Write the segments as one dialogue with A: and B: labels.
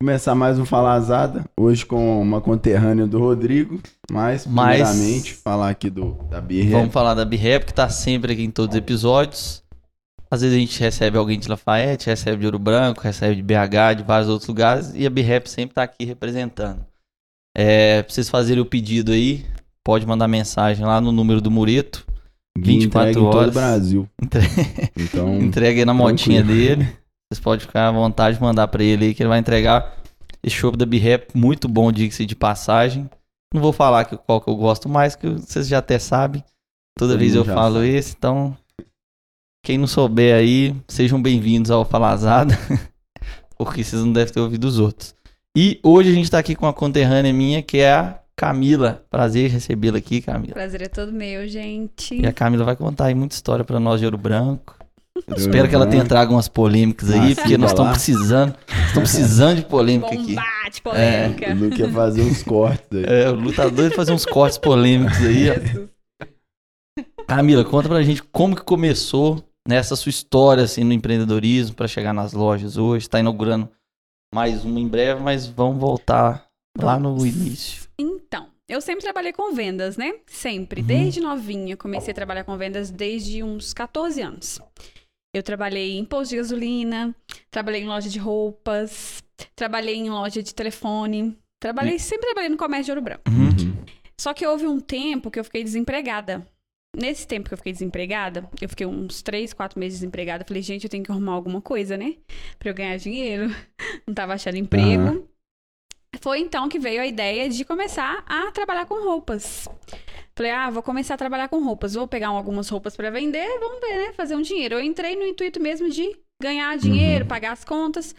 A: Começar mais um Falazada, hoje com uma conterrânea do Rodrigo, mas
B: Mas-
A: primeiramente falar aqui do, da birra. é
B: Vamos falar da BRAP, que tá sempre aqui em todos os episódios. Às vezes a gente recebe alguém de Lafayette, recebe de Ouro Branco, recebe de BH, de vários outros lugares, e a BRAP sempre tá aqui representando. É, pra vocês fazerem o pedido aí, pode mandar mensagem lá no número do Mureto.
A: Gui entrega
B: 24
A: em todo o
B: horas.
A: Brasil.
B: Entre-
A: Então,
B: Entrega aí na motinha
A: tranquilo.
B: dele. Vocês podem ficar à vontade de mandar pra ele aí, que ele vai entregar esse show da B-Rap, muito bom, diga-se de passagem. Não vou falar que- qual que eu gosto mais, que vocês já até sabem. Toda
A: Todo
B: vez
A: mundo
B: eu
A: já
B: falo
A: sabe.
B: esse, então. Quem não souber aí, sejam bem-vindos ao Falazada, porque vocês não devem ter ouvido os outros. E hoje a gente tá aqui com uma conterrânea minha, que é a Camila. Prazer em recebê-la aqui, Camila.
C: Prazer é todo meu, gente.
B: E a Camila vai contar aí muita história pra nós de Ouro Branco. Eu
A: Ouro
B: espero que ela tenha
A: Branco.
B: traga umas polêmicas aí,
A: Maciça
B: porque nós
A: lá.
B: estamos precisando. Estamos precisando de polêmica aqui.
C: Bombate,
A: o
C: polêmica.
A: Luke ia fazer uns cortes aí.
B: É, o lutador de fazer uns cortes polêmicos aí. ó.
C: Jesus.
B: Camila, conta pra gente como que começou nessa sua história assim no empreendedorismo pra chegar nas lojas hoje. Tá inaugurando mais uma em breve, mas vamos voltar lá no início.
C: Então, eu sempre trabalhei com vendas, né? Sempre.
B: Uhum.
C: Desde novinha, comecei a trabalhar com vendas desde uns 14 anos. Eu trabalhei em posto de gasolina, trabalhei em loja de roupas, trabalhei em loja de telefone. Trabalhei, sempre trabalhei no comércio de ouro branco.
B: Uhum.
C: Só que houve um tempo que eu fiquei desempregada. Nesse tempo que eu fiquei desempregada, eu fiquei uns três, quatro meses desempregada. Falei, gente, eu tenho que arrumar alguma coisa, né? Pra eu ganhar dinheiro. Não tava achando emprego.
A: Aham.
C: Foi então que veio a ideia de começar a trabalhar com roupas. Falei, ah, vou começar a trabalhar com roupas. Vou pegar um, algumas roupas pra vender, vamos ver, né? Fazer um dinheiro. Eu entrei no intuito mesmo de ganhar dinheiro, pagar as contas.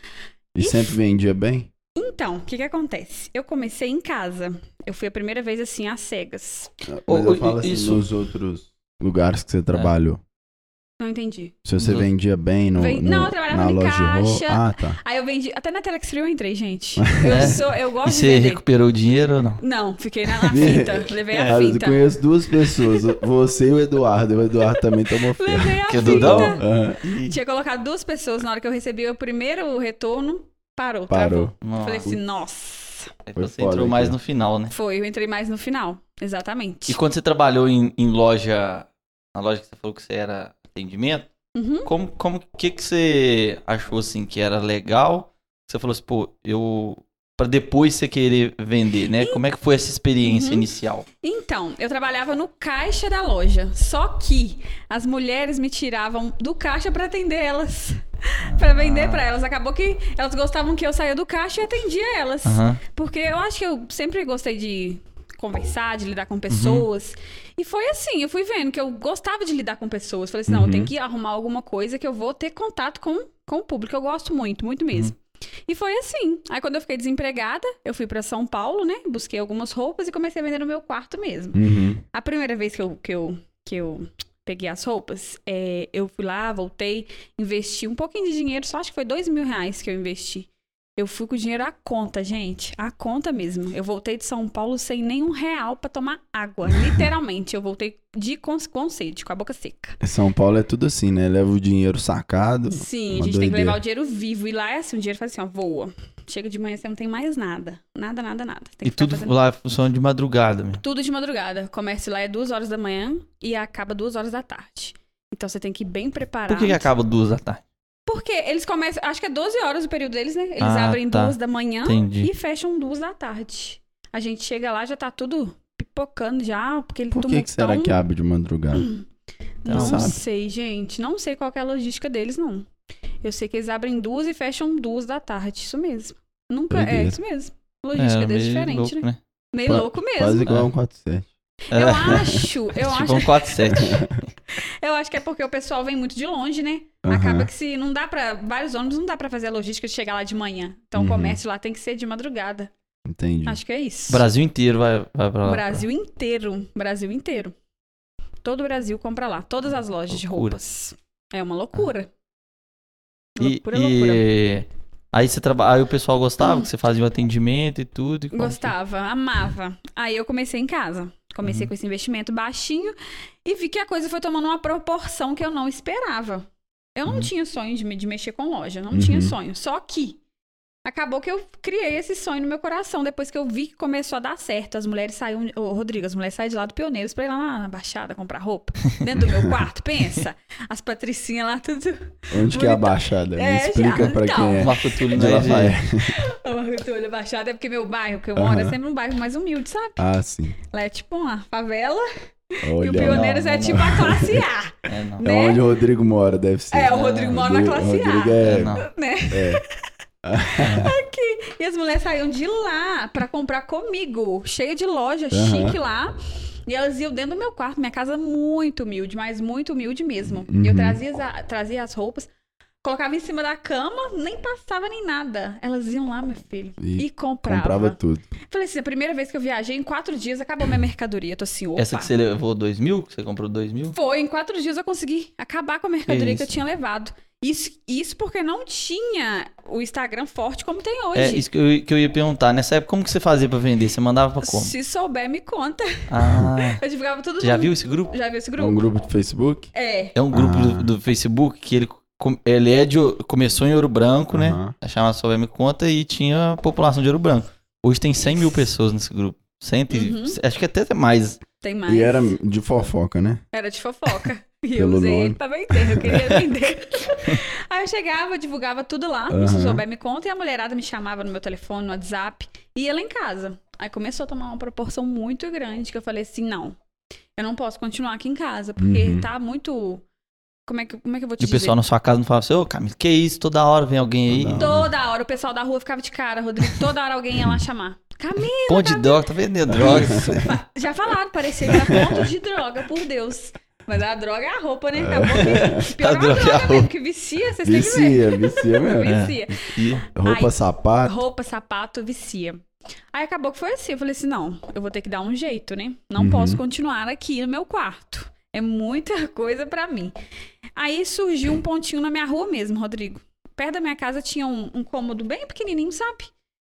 A: E sempre vendia bem?
C: Então, o que que acontece? Eu comecei em casa. Eu fui a primeira vez assim, às cegas.
A: Mas
B: Ô,
A: eu
B: ô,
A: falo assim,
B: isso-
A: nos outros lugares que você trabalhou.
C: Não entendi.
A: Se você
B: Nos-
A: vendia bem no,
C: Ven-
A: no-
C: Não, eu trabalhava
A: na
C: em
A: loja de roupa.
C: caixa.
A: Ah, tá.
C: Aí eu vendi. Até na Telex Free eu entrei, gente.
B: É?
C: Eu sou, eu
B: E
C: gosto de
B: você
C: vender.
B: recuperou o dinheiro ou não?
C: Não, fiquei na, na fita. Levei
B: É,
C: a
A: Cara, eu
C: fita.
A: conheço duas pessoas, você e o Eduardo. O Eduardo também tomou ferro.
C: Levei a
B: Que é
C: fita.
B: Dudão?
A: Aham,
C: Tinha colocado duas pessoas na hora que eu recebi o primeiro retorno. Parou,
A: Parou.
C: travou.
B: Nossa,
C: Falei assim, nossa.
B: aí
A: foi
B: você
A: foda
B: entrou
A: aqui,
B: mais
A: ó.
B: no final, né?
C: Foi, eu entrei mais no final. Exatamente.
B: E quando você trabalhou em, em loja, na loja que você falou que você era atendimento,
C: Uhum.
B: como, como que que você achou assim que era legal? Você falou assim, pô, eu para depois você querer vender, né? Como é que foi essa experiência
C: Uhum.
B: inicial?
C: Então, eu trabalhava no caixa da loja. Só que as mulheres me tiravam do caixa pra atender elas. Pra vender pra elas. Acabou que elas gostavam que eu saía do caixa e atendia elas.
B: Aham.
C: Porque eu acho que eu sempre gostei de conversar, de lidar com pessoas. E foi assim, eu fui vendo que eu gostava de lidar com pessoas. Falei assim, não,
A: Uhum.
C: eu tenho que arrumar alguma coisa que eu vou ter contato com, com o público. Eu gosto muito, muito mesmo. E foi assim. Aí quando eu fiquei desempregada, eu fui pra São Paulo, né? Busquei algumas roupas e comecei a vender no meu quarto mesmo.
A: Uhum.
C: A primeira vez que eu, que eu, que eu peguei as roupas, é, eu fui lá, voltei, investi um pouquinho de dinheiro, só acho que foi dois mil reais que eu investi. Eu fui com o dinheiro à conta, gente. À conta mesmo. Eu voltei de São Paulo sem nenhum real pra tomar água. Literalmente. Eu voltei de com, com sede, com a boca seca.
A: São Paulo é tudo assim, né? Leva o dinheiro sacado.
C: Sim,
A: Tá Uma
C: a gente tem que
A: doideira.
C: levar o dinheiro vivo. E lá é assim, o dinheiro faz assim, ó, voa. Chega de manhã, você não tem mais nada. Nada, nada, nada. Tem que
B: E
C: ficar
B: tudo
C: fazendo-
B: lá funciona de madrugada, mesmo.
C: Tudo de madrugada. Comércio lá é duas horas da manhã e acaba duas horas da tarde. Então você tem que ir bem preparado.
B: Por que, que acaba duas da tarde?
C: Porque eles começam, acho que é 12 horas o período deles, né? Eles
B: Ah,
C: abrem
B: tá.
C: duas da manhã
B: Entendi.
C: e fecham duas da tarde. A gente chega lá, já tá tudo pipocando já, porque ele um
A: Por que, que será que abre de madrugada?
C: Não
A: Sabe?
C: sei, gente. Não sei qual que é a logística deles, não. Eu sei que eles abrem duas e fecham duas da tarde. Isso mesmo. Nunca. É
A: Doideira.
C: isso mesmo.
B: É,
C: Logística
B: meio
C: deles diferente,
B: louco,
C: né?
B: né?
C: Meio
A: Qua-
C: louco mesmo.
A: Quase igual
B: É.
A: um 47.
C: Eu
B: É.
C: acho, eu acho
B: tipo um 4 7
C: Eu acho que é porque o pessoal vem muito de longe, né?
A: Aham.
C: Acaba que se não dá pra. vários ônibus não dá pra fazer a logística de chegar lá de manhã. Então
A: Uhum.
C: o comércio lá tem que ser de madrugada.
A: Entendi.
C: Acho que é isso.
B: Brasil inteiro vai, vai pra lá.
C: Brasil inteiro, Brasil inteiro. Todo o Brasil compra lá, todas as lojas de
B: Loucura.
C: roupas. É uma loucura.
B: E,
C: Loucura, loucura. Hum.
B: e... Aí você trabalha, aí o pessoal gostava, que você fazia o atendimento e tudo. e como que-
C: Gostava, amava. Aí eu comecei em casa. Comecei com esse investimento baixinho e vi que a coisa foi tomando uma proporção que eu não esperava. Eu não tinha sonho de, me- de mexer com loja, não
A: Uhum.
C: tinha sonho. Só que Acabou que eu criei esse sonho no meu coração depois que eu vi que começou a dar certo. As mulheres saíam. Ô, Rodrigo, as mulheres saíram de lá do Pioneiros pra ir lá na Baixada comprar roupa. Dentro do meu quarto, pensa. As patricinhas lá, tudo.
A: Onde que é a
C: Bonitão.
A: baixada? Me
C: É,
A: explica
C: já,
A: pra
C: então.
A: quem é.
B: Marco Túlio
A: De
B: não é de-
A: Lafayette.
C: Olha, Baixada é porque meu bairro que eu moro é
A: Aham.
C: sempre um bairro mais humilde, sabe?
A: Ah, sim.
C: Lá é tipo uma favela e
A: Olha.
C: o Pioneiros
B: Não,
C: é
B: não,
C: tipo a classe A,
B: É, não.
A: É
C: né?
A: onde o Rodrigo mora, deve ser. né?
C: É, o Rodrigo mora na
A: Rodrigo-
C: classe
A: Rodrigo
C: A.
B: É,
A: é-
B: não.
C: Né? Aqui. E as mulheres saíam de lá pra comprar comigo, cheia de loja,
A: Aham.
C: chique lá. E elas iam dentro do meu quarto, minha casa muito humilde, mas muito humilde mesmo.
A: Uhum.
C: E eu trazia, as- trazia as roupas, colocava em cima da cama, nem passava nem nada. Elas iam lá, meu filho,
A: E
C: e, compravam.
A: Comprava tudo.
C: Falei assim, a primeira vez que eu viajei, em quatro dias acabou minha mercadoria. Tô assim, opa.
B: Essa que você levou 2 mil? Que você comprou 2 mil?
C: Foi, em quatro dias eu consegui acabar com a mercadoria que eu
B: Isso.
C: tinha levado. Isso, isso porque não tinha o Instagram forte como tem hoje.
B: É isso que eu, que eu ia perguntar. Nessa época, como que você fazia pra vender? Você mandava pra como?
C: Se souber, me conta.
B: Ah,
C: Eu divulgava tudo
B: você já
C: no-
B: viu esse grupo?
C: Já viu esse
A: É
C: grupo?
A: um grupo de Facebook?
C: É.
B: É um grupo
A: Ah.
B: do, do Facebook que ele, com- ele é de, Ouro- começou em Ouro Branco, né?
A: Aham.
B: A chamada Só Vai Me Conta e tinha a população de Ouro Branco. Hoje tem 100 mil pessoas nesse grupo. 100, e-
C: Uhum.
B: Acho que até tem mais.
C: Tem mais.
A: E era de fofoca, né?
C: Era de fofoca. E eu
A: Pelo
C: usei
A: nome.
C: ele pra vender, eu queria vender. Aí eu chegava, divulgava tudo lá,
A: Aham.
C: se souber me conta, e a mulherada me chamava no meu telefone, no WhatsApp, e ia lá em casa. Aí começou a tomar uma proporção muito grande, que eu falei assim, não, eu não posso continuar aqui em casa, porque
A: Uhum.
C: tá muito... Como é que, como é que eu vou te
B: E o
C: dizer?
B: pessoal na sua casa não falava assim, ô Camila, que isso? Toda hora vem alguém aí.
A: Toda hora.
C: Toda hora o pessoal da rua ficava de cara, Rodrigo, toda hora alguém ia lá chamar. Camila!
B: Pão de droga, tá vendendo droga.
C: Pa- Já falaram, parecia que era ponto de droga, por Deus. Mas a droga é a roupa, né? Acabou que pior
B: A
C: é uma
B: droga é a
C: droga
B: roupa.
C: mesmo, que vicia, vocês têm que
A: Vicia,
C: ver.
A: vicia mesmo.
B: É.
C: Vicia.
B: E
A: Roupa,
C: Ai.
A: sapato.
C: Roupa, sapato, vicia. Aí acabou que foi assim, eu falei assim, não, eu vou ter que dar um jeito, né? Não
A: Uhum.
C: posso continuar aqui no meu quarto. É muita coisa pra mim. Aí surgiu um pontinho na minha rua mesmo, Rodrigo. Perto da minha casa tinha um, um cômodo bem pequenininho, sabe?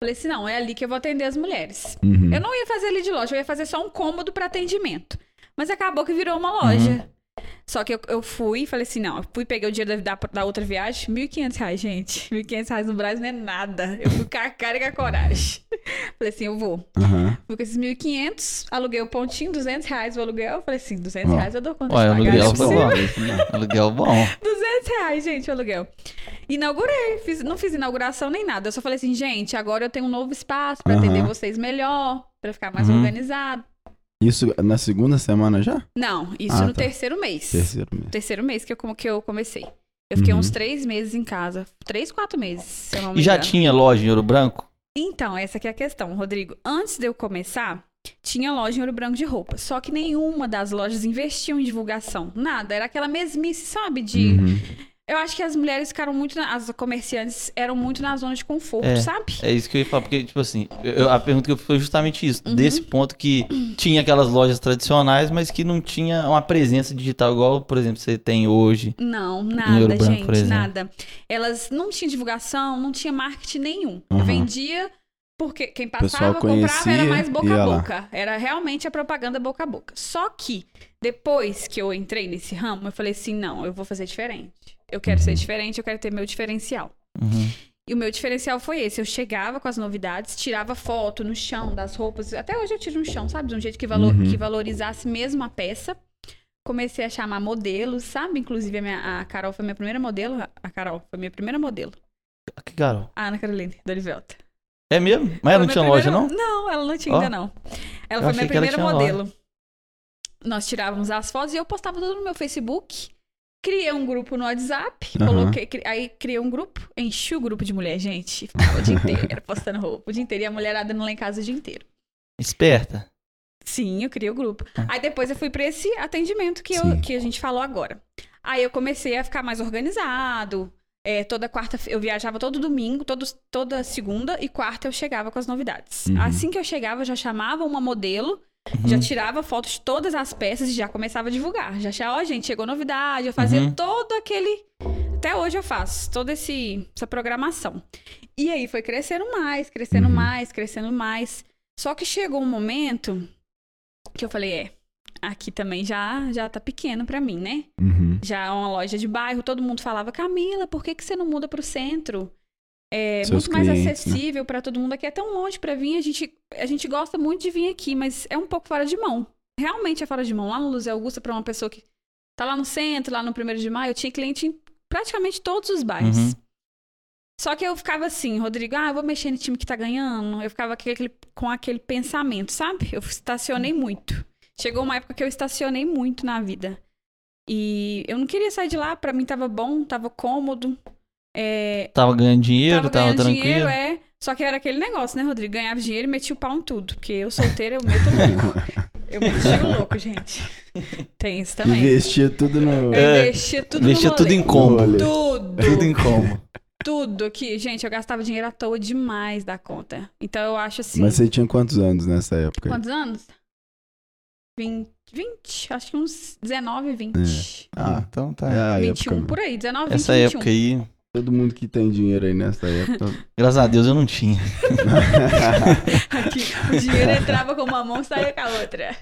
C: Falei assim, não, é ali que eu vou atender as mulheres.
A: Uhum.
C: Eu não ia fazer ali de loja, eu ia fazer só um cômodo pra atendimento. Mas acabou que virou
B: Uhum.
C: uma loja. Só que eu, eu fui e falei assim: não, eu fui, peguei o dinheiro da, da- da outra viagem, 1.500 reais, gente. 1.500 reais no Brasil não é nada. Eu fui com a cara e com a coragem. falei assim: eu vou.
A: Aham.
C: Fui com esses 1.500, aluguei o pontinho, 200 reais o aluguel. Falei assim: 200
A: Ó.
C: reais eu dou conta
B: Olha,
C: de pagar. não é
B: aluguel foi
A: Isso
C: possível.
B: bom.
A: não.
B: Aluguel bom.
C: 200 reais, gente, o aluguel. Inaugurei, fiz- não fiz inauguração nem nada. Eu só falei assim, gente, agora eu tenho um novo espaço pra atender
A: Aham.
C: vocês melhor, pra ficar mais
B: Uhum.
C: organizado.
A: Isso na segunda semana já?
C: Não, isso
A: Ah,
C: no
A: tá.
C: terceiro mês.
A: Terceiro mês.
C: Terceiro mês que eu, como- que eu comecei. Eu fiquei
A: Uhum.
C: uns três meses em casa. Três, quatro meses, se eu não me
B: E já
C: engano.
B: tinha loja em Ouro Branco?
C: Então, essa aqui é a questão, Rodrigo. Antes de eu começar, tinha loja em Ouro Branco de roupa. Só que nenhuma das lojas investiu em divulgação. Nada. Era aquela mesmice, sabe? De.
A: Uhum.
C: Eu acho que as mulheres ficaram muito. na- As comerciantes eram muito na zona de conforto,
B: É.
C: sabe?
B: É isso que eu ia falar, porque, tipo assim, eu- eu- a pergunta que eu fiz foi justamente isso.
C: Uhum.
B: Desse ponto que tinha aquelas lojas tradicionais, mas que não tinha uma presença digital igual, por exemplo, você tem hoje.
C: Não,
B: Ouro
C: nada,
B: Branco,
C: gente,
B: por exemplo.
C: nada. Elas não tinham divulgação, não tinha marketing nenhum.
A: Aham.
C: Eu vendia porque quem
A: pessoal
C: passava, comprava, era
A: conhecia,
C: mais boca
A: ia
C: a
A: lá.
C: boca. Era realmente a propaganda boca a boca. Só que depois que eu entrei nesse ramo, eu falei assim: não, eu vou fazer diferente. Eu quero
A: Uhum.
C: ser diferente, eu quero ter meu diferencial.
B: Uhum.
C: E o meu diferencial foi esse. Eu chegava com as novidades, tirava foto no chão das roupas. Até hoje eu tiro no chão, sabe? De um jeito que, valo-
A: Uhum.
C: que valorizasse mesmo a peça. Comecei a chamar modelos, sabe? Inclusive, a, minha- a Carol foi minha primeira modelo. A Carol foi minha primeira modelo.
B: Que Carol.
C: A Ana Caroline Dorivelta.
B: É mesmo? Mas ela não tinha loja, não?
C: Não, ela não tinha
B: Ó.
C: ainda, não. Ela
B: Eu
C: foi
B: achei
C: minha
B: que ela
C: primeira
B: tinha loja.
C: modelo. Nós tirávamos as fotos e eu postava tudo no meu Facebook. Criei um grupo no WhatsApp,
A: Aham.
C: coloquei, cri- aí criei um grupo, enchi o grupo de mulher, gente. e Ficava o dia inteiro postando roupa, o dia inteiro. E a mulherada não lá em casa o dia inteiro.
B: Esperta.
C: Sim, eu criei o grupo. Aí depois eu fui pra esse atendimento que,
A: Sim.
C: eu, que a gente falou agora. Aí eu comecei a ficar mais organizado. É, toda quarta, eu viajava todo domingo, todos, toda segunda e quarta eu chegava com as novidades.
A: Uhum.
C: Assim que eu chegava, eu já chamava uma modelo,
B: Uhum.
C: já tirava foto de todas as peças e já começava a divulgar. Já achava, ó, gente, chegou novidade. Eu fazia
B: Uhum.
C: todo aquele. Até hoje eu faço, toda esse, essa programação. E aí foi crescendo mais, crescendo
A: Uhum.
C: mais, crescendo mais. Só que chegou um momento que eu falei, é, aqui também já, já tá pequeno pra mim, né?
A: Uhum.
C: Já é uma loja de bairro, todo mundo falava, Camila, por que, que você não muda pro centro? é
A: Seus
C: muito mais
A: clientes, né?
C: acessível pra todo mundo aqui. É tão longe pra vir, a gente, a gente gosta muito de vir aqui, mas é um pouco fora de mão. Realmente é fora de mão. Lá no Luzia Augusta, pra uma pessoa que tá lá no centro, lá no 1 de maio, eu tinha cliente em praticamente todos os bairros.
B: Uhum.
C: Só que eu ficava assim, Rodrigo, ah, eu vou mexer no time que tá ganhando. Eu ficava com aquele, com aquele pensamento, sabe? Eu estacionei muito. Chegou uma época que eu estacionei muito na vida. E eu não queria sair de lá, pra mim tava bom, tava cômodo. É,
B: Tava ganhando dinheiro, tava,
C: ganhando
B: tranquilo.
C: dinheiro, é. Só que era aquele negócio, né, Rodrigo? Ganhava dinheiro e metia o pau em tudo. Porque eu solteira, eu meto louco. Eu meti o louco, gente. Tem isso também.
A: Investir tudo no.
C: Eu
B: É,
C: investia tudo
B: Investia
C: no
B: tudo
C: rolê.
B: em combo.
A: Olha.
B: Tudo
C: Tudo,
B: em combo.
C: tudo que, gente, eu gastava dinheiro à toa demais da conta. Então eu acho assim,
A: Mas você tinha quantos anos nessa época?
C: quantos anos? 20, 20, acho que uns 19, 20.
A: Ah,
B: então tá.
A: é a
C: 21
A: época.
C: por aí, 19, 20,
B: Essa
C: 21.
B: época aí,
A: Todo mundo que tem dinheiro aí nessa época.
B: graças a Deus eu não tinha.
C: Aqui, o dinheiro entrava com uma mão, saía com a outra.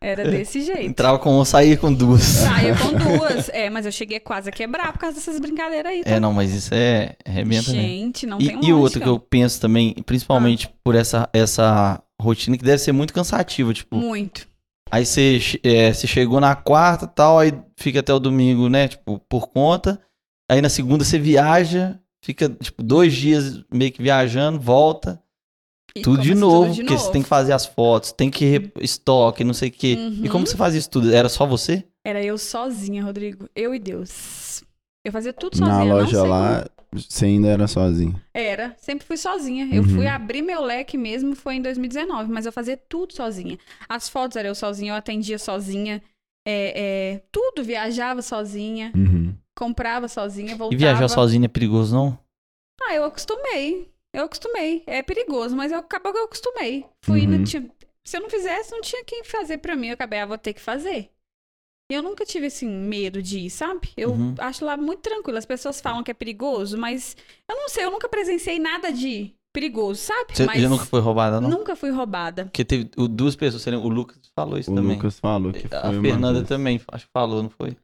C: Era desse jeito.
B: Entrava com um, saía com duas.
C: Saia com duas. É, mas eu cheguei quase a quebrar por causa dessas brincadeiras aí.
B: É, não, mas isso é arrebenta, né?
C: Gente, não
B: E,
C: tem um
B: e outro que
C: lógica. Ah.
B: eu penso também, principalmente por essa, essa rotina que deve ser muito cansativa, tipo,
C: Muito.
B: aí você, che- é, você chegou na quarta tal, aí fica até o domingo, né, tipo, por conta, aí na segunda você viaja, fica, tipo, dois dias meio que viajando, volta,
C: E
B: tudo de
C: começa
B: novo, porque você tem que fazer as fotos, tem que re- estoque, não sei o quê. E
C: Uhum.
B: como você fazia isso tudo? Era só você?
C: Era eu sozinha, Rodrigo. Eu e Deus. Eu fazia tudo sozinha.
A: Na
C: não
A: loja
C: sei
A: lá, você ainda era sozinho.
C: Era, sempre fui sozinha. Eu
A: Uhum.
C: fui abrir meu leque mesmo, foi em 2019, mas eu fazia tudo sozinha. As fotos era eu sozinha, eu atendia sozinha, é, é, tudo, viajava sozinha,
A: Uhum.
C: comprava sozinha, voltava.
B: E viajar sozinho é perigoso, não?
C: Ah, eu acostumei, eu acostumei. É perigoso, mas eu, acabou que eu acostumei. Fui,
A: Uhum.
C: não tinha- se eu não fizesse, não tinha quem fazer pra mim, eu acabei, ah, vou ter que fazer. E eu nunca tive, assim, medo de ir, sabe? Eu
B: Uhum.
C: acho lá muito tranquilo. As pessoas falam que é perigoso, mas eu não sei, eu nunca presenciei nada de perigoso, sabe?
B: Você
C: mas
B: já nunca foi roubada, não?
C: nunca fui roubada.
B: Porque teve o- duas pessoas, você lembra? o Lucas falou isso
A: O
B: também.
A: Lucas falou que foi.
B: A
A: uma
B: Fernanda
A: vez.
B: também, acho que falou, não foi?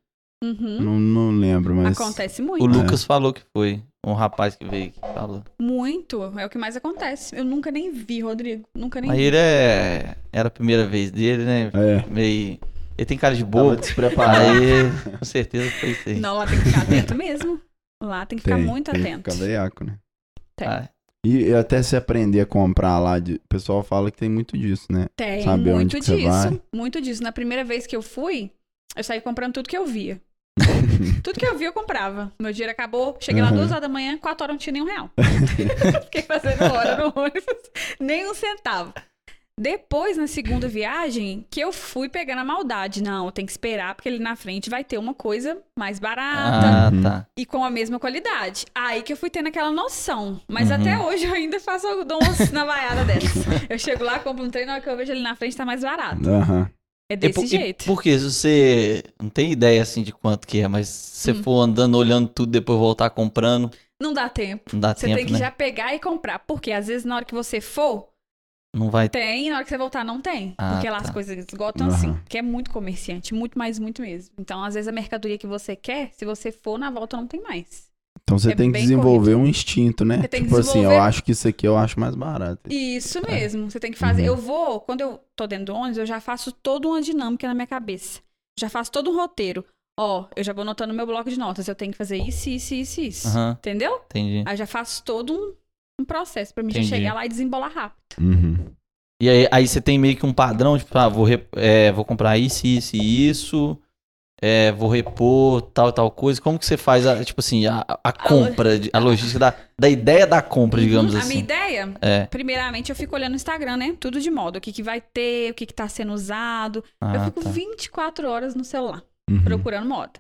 C: Uhum.
A: Não, não lembro, mas.
C: Acontece
B: O
C: muito.
B: Lucas falou que foi. Um rapaz que veio que falou.
C: Muito. É o que mais acontece. Eu nunca nem vi, Rodrigo. Nunca nem
B: Aí
C: vi.
B: ele é. Era a primeira vez dele, né?
A: É.
B: Meio. Ele tem cara de
A: Tava
B: bobo.
A: despreparado.
B: Aí, com certeza foi isso aí.
C: Não, lá tem que ficar atento mesmo. Lá tem que ficar
A: Tem,
C: muito
A: tem que
C: atento.
A: Ficar veiaco, né?
C: tem.
B: Ah,
A: E e até se aprender a comprar lá, de... o pessoal fala que tem muito disso, né?
C: Tem,
A: Saber
C: muito
A: onde que você vai.
C: disso. Muito disso. Na primeira vez que eu fui, eu saí comprando tudo que eu via. tudo que eu via, eu comprava. Meu dinheiro acabou. Cheguei lá
A: Aham.
C: duas horas da manhã, quatro horas não tinha nenhum real. Fiquei fazendo hora no ônibus, nem um centavo. Depois, na segunda viagem, que eu fui pegando a maldade. Não, tem que esperar, porque ali na frente vai ter uma coisa mais barata
B: ah,
A: Uhum.
B: tá.
C: e com a mesma qualidade. Aí que eu fui tendo aquela noção. Mas
B: Uhum.
C: até hoje eu ainda faço dou umas na vaiada dessas. Eu chego lá, compro um trem, na hora que eu vejo ali na frente tá mais barato.
A: Aham.
C: É
B: E
C: desse
B: por- e
C: jeito.
B: por quê? Se você não tem ideia assim de quanto que é, mas se você
C: Hum.
B: for andando, olhando tudo, depois voltar comprando,
C: Não dá tempo.
B: não dá
C: Você
B: tempo,
C: tem que
B: né?
C: já pegar e comprar. Porque às vezes na hora que você for,
B: Não vai
C: tem, e na hora que você voltar, não tem.
B: Ah,
C: porque lá
B: tá.
C: as coisas esgotam
A: Aham.
C: assim. Porque é muito comerciante, muito mais, muito mesmo. Então, às vezes, a mercadoria que você quer, se você for na volta, não tem mais.
A: Então você
C: É
A: tem que
C: bem
A: desenvolver um instinto, né?
C: Você tem que
A: tipo assim, eu
C: desenvolver-
A: acho que isso aqui eu acho mais barato.
B: É.
C: Isso mesmo, você tem que fazer.
A: Uhum.
C: Eu vou, quando eu tô dentro do ônibus, eu já faço toda uma dinâmica na minha cabeça. Já faço todo um roteiro. Ó, eu já vou anotando no meu bloco de notas. Eu tenho que fazer isso, isso, isso, isso.
B: Aham,
C: Entendeu?
B: entendi.
C: Aí eu já faço todo um, um processo pra mim já
B: Entendi.
C: chegar lá e desembolar rápido.
A: Uhum.
B: E aí, aí você tem meio que um padrão, tipo, ah, vou, rep- é, vou comprar isso, isso e isso, é, vou repor tal, tal coisa. Como que você faz, a, tipo assim, a, a compra, de- a logística da, da ideia da compra, digamos
C: Uhum. A minha
B: assim?
C: ideia, primeiramente, eu fico olhando no Instagram, né? Tudo de moda. O que, que vai ter, o que, que tá sendo usado. eu
B: Ah,
C: fico
B: tá.
C: 24 horas no celular.
B: Hum.
A: uhum.
C: procurando moda.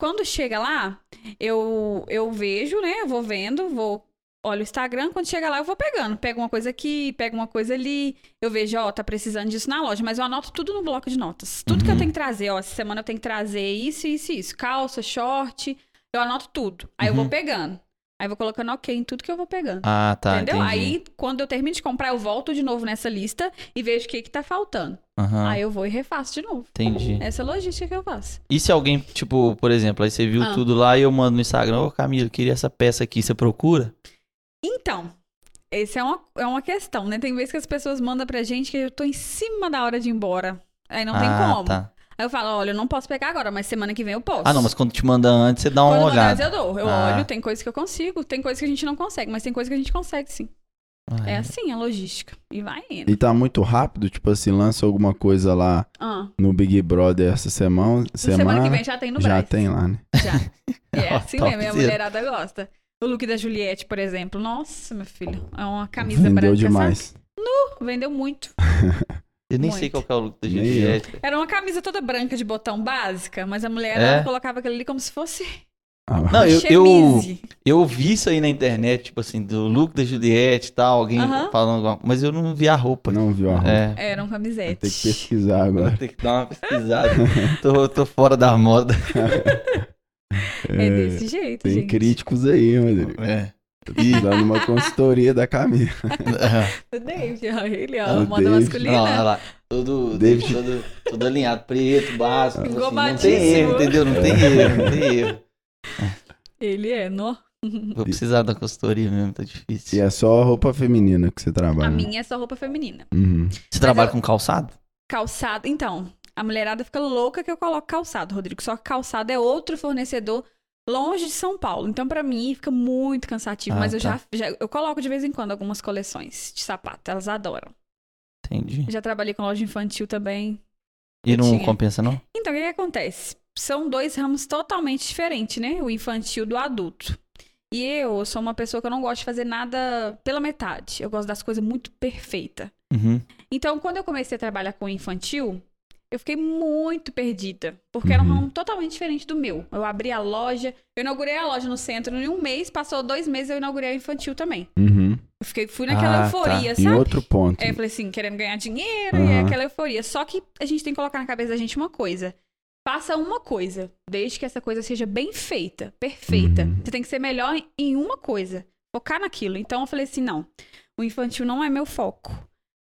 C: Quando chega lá, eu, eu vejo, né? Eu vou vendo, vou olho o Instagram. Quando chega lá, eu vou pegando. Pego uma coisa aqui, pego uma coisa ali. Eu vejo, ó, tá precisando disso na loja. Mas eu anoto tudo no bloco de notas. Tudo que eu
B: Uhum.
C: tenho que trazer, ó, essa semana eu tenho que trazer isso, isso, isso. Calça, short. Eu anoto tudo. Aí eu
B: Uhum.
C: vou pegando. Aí eu vou colocando ok em tudo que eu vou pegando.
B: Ah, tá,
C: entendeu?
B: entendi.
C: Aí, quando eu termino de comprar, eu volto de novo nessa lista e vejo o que que tá faltando.
B: Aham,
C: Aí eu vou e refaço de novo.
B: entendi.
C: Essa é a logística que eu faço.
B: E se alguém, tipo, por exemplo, aí você viu
C: Ah.
B: tudo lá e eu mando no Instagram, ô Camilo, queria essa peça aqui, você procura?
C: Então, essa é uma, é uma questão, né? Tem vezes que as pessoas mandam pra gente que eu tô em cima da hora de ir embora. Aí não tem
B: Ah,
C: como.
B: tá.
C: Aí eu falo, olha, eu não posso pegar agora, mas semana que vem eu posso.
B: Ah, não, mas quando te manda antes, você dá
C: Quando
B: uma
C: mandar,
B: olhada.
C: eu dou. Eu
B: Ah.
C: olho, tem coisa que eu consigo, tem coisa que a gente não consegue, mas tem coisa que a gente consegue, sim.
B: Ah,
C: É assim a logística. E vai indo.
A: E tá muito rápido, tipo assim, lança alguma coisa lá
C: Ah,
A: no Big Brother essa semana.
C: semana,
A: Semana,
C: que vem já tem no
A: já
C: Brás.
A: tem lá, né?
C: Já. É assim
B: Ó,
C: mesmo, e a
B: topzera.
C: mulherada gosta. O look da Juliette, por exemplo. Nossa, meu filho. É uma camisa
A: Vendeu
C: branca.
A: demais.
C: sabe? Vendeu muito.
B: Eu nem
C: Muito.
B: sei qual que é o look da
A: Nem eu.
B: Juliette.
C: Era uma camisa toda branca de botão básica, mas a mulher
B: É?
C: ela colocava aquilo ali como se fosse
A: Ah,
B: Não, eu, eu,
C: chemise.
B: eu vi isso aí na internet, tipo assim, do look da Juliette e tal, alguém
C: Aham.
B: falando alguma mas eu não vi a roupa.
A: Não viu a roupa.
B: É.
C: Era um camisete.
A: Tem que pesquisar agora.
B: Vou ter que dar uma pesquisada. tô, tô fora da moda.
C: É
A: É,
C: desse jeito,
A: tem
C: gente.
A: críticos aí, Rodrigo.
B: É.
A: Tá precisando uma consultoria da Camila.
C: O David, ó, ele,
A: Ah,
C: ó,
A: o David.
B: É. Não,
C: moda
B: olha
C: masculina.
B: lá. Tudo,
A: David.
B: tudo, tudo alinhado, preto, básico. tipo Assim, não tem
C: Engobadíssimo.
B: erro, entendeu? Não tem erro, não tem erro.
C: Ele é, nó.
B: Vou precisar da consultoria mesmo, tá
A: E
B: difícil.
A: é só roupa feminina que você trabalha.
C: A
A: né?
C: minha é só roupa feminina.
A: Uhum.
B: Você trabalha
C: eu-
B: com calçado?
C: Calçado. Então, a mulherada fica louca que eu coloco calçado, Rodrigo. Só que calçado é outro fornecedor longe de São Paulo. Então, pra mim, fica muito cansativo.
B: Ah,
C: mas eu
B: tá.
C: já, já- eu coloco de vez em quando algumas coleções de sapato. Elas adoram.
B: Entendi.
C: Já trabalhei com loja infantil também.
B: E não
C: tinha.
B: compensa, não?
C: Então, o que, que acontece? São dois ramos totalmente diferentes, né? O infantil do adulto. E eu sou uma pessoa que eu não gosto de fazer nada pela metade. Eu gosto das coisas muito perfeitas.
B: Uhum.
C: Então, quando eu comecei a trabalhar com infantil, eu fiquei muito perdida, porque era um
A: Uhum.
C: ramo totalmente diferente do meu. Eu abri a loja, eu inaugurei a loja no centro em um mês, passou dois meses eu inaugurei a infantil também.
A: Uhum.
C: Eu fiquei, fui naquela
B: Ah, tá.
C: euforia,
A: Em
C: sabe?
A: outro ponto.
C: É, eu falei assim, querendo ganhar dinheiro, e é
A: Aham.
C: aquela euforia. Só que a gente tem que colocar na cabeça da gente uma coisa. Faça uma coisa, desde que essa coisa seja bem feita, perfeita.
A: Uhum.
C: Você tem que ser melhor em- em uma coisa, focar naquilo. Então eu falei assim, não, o infantil não é meu foco.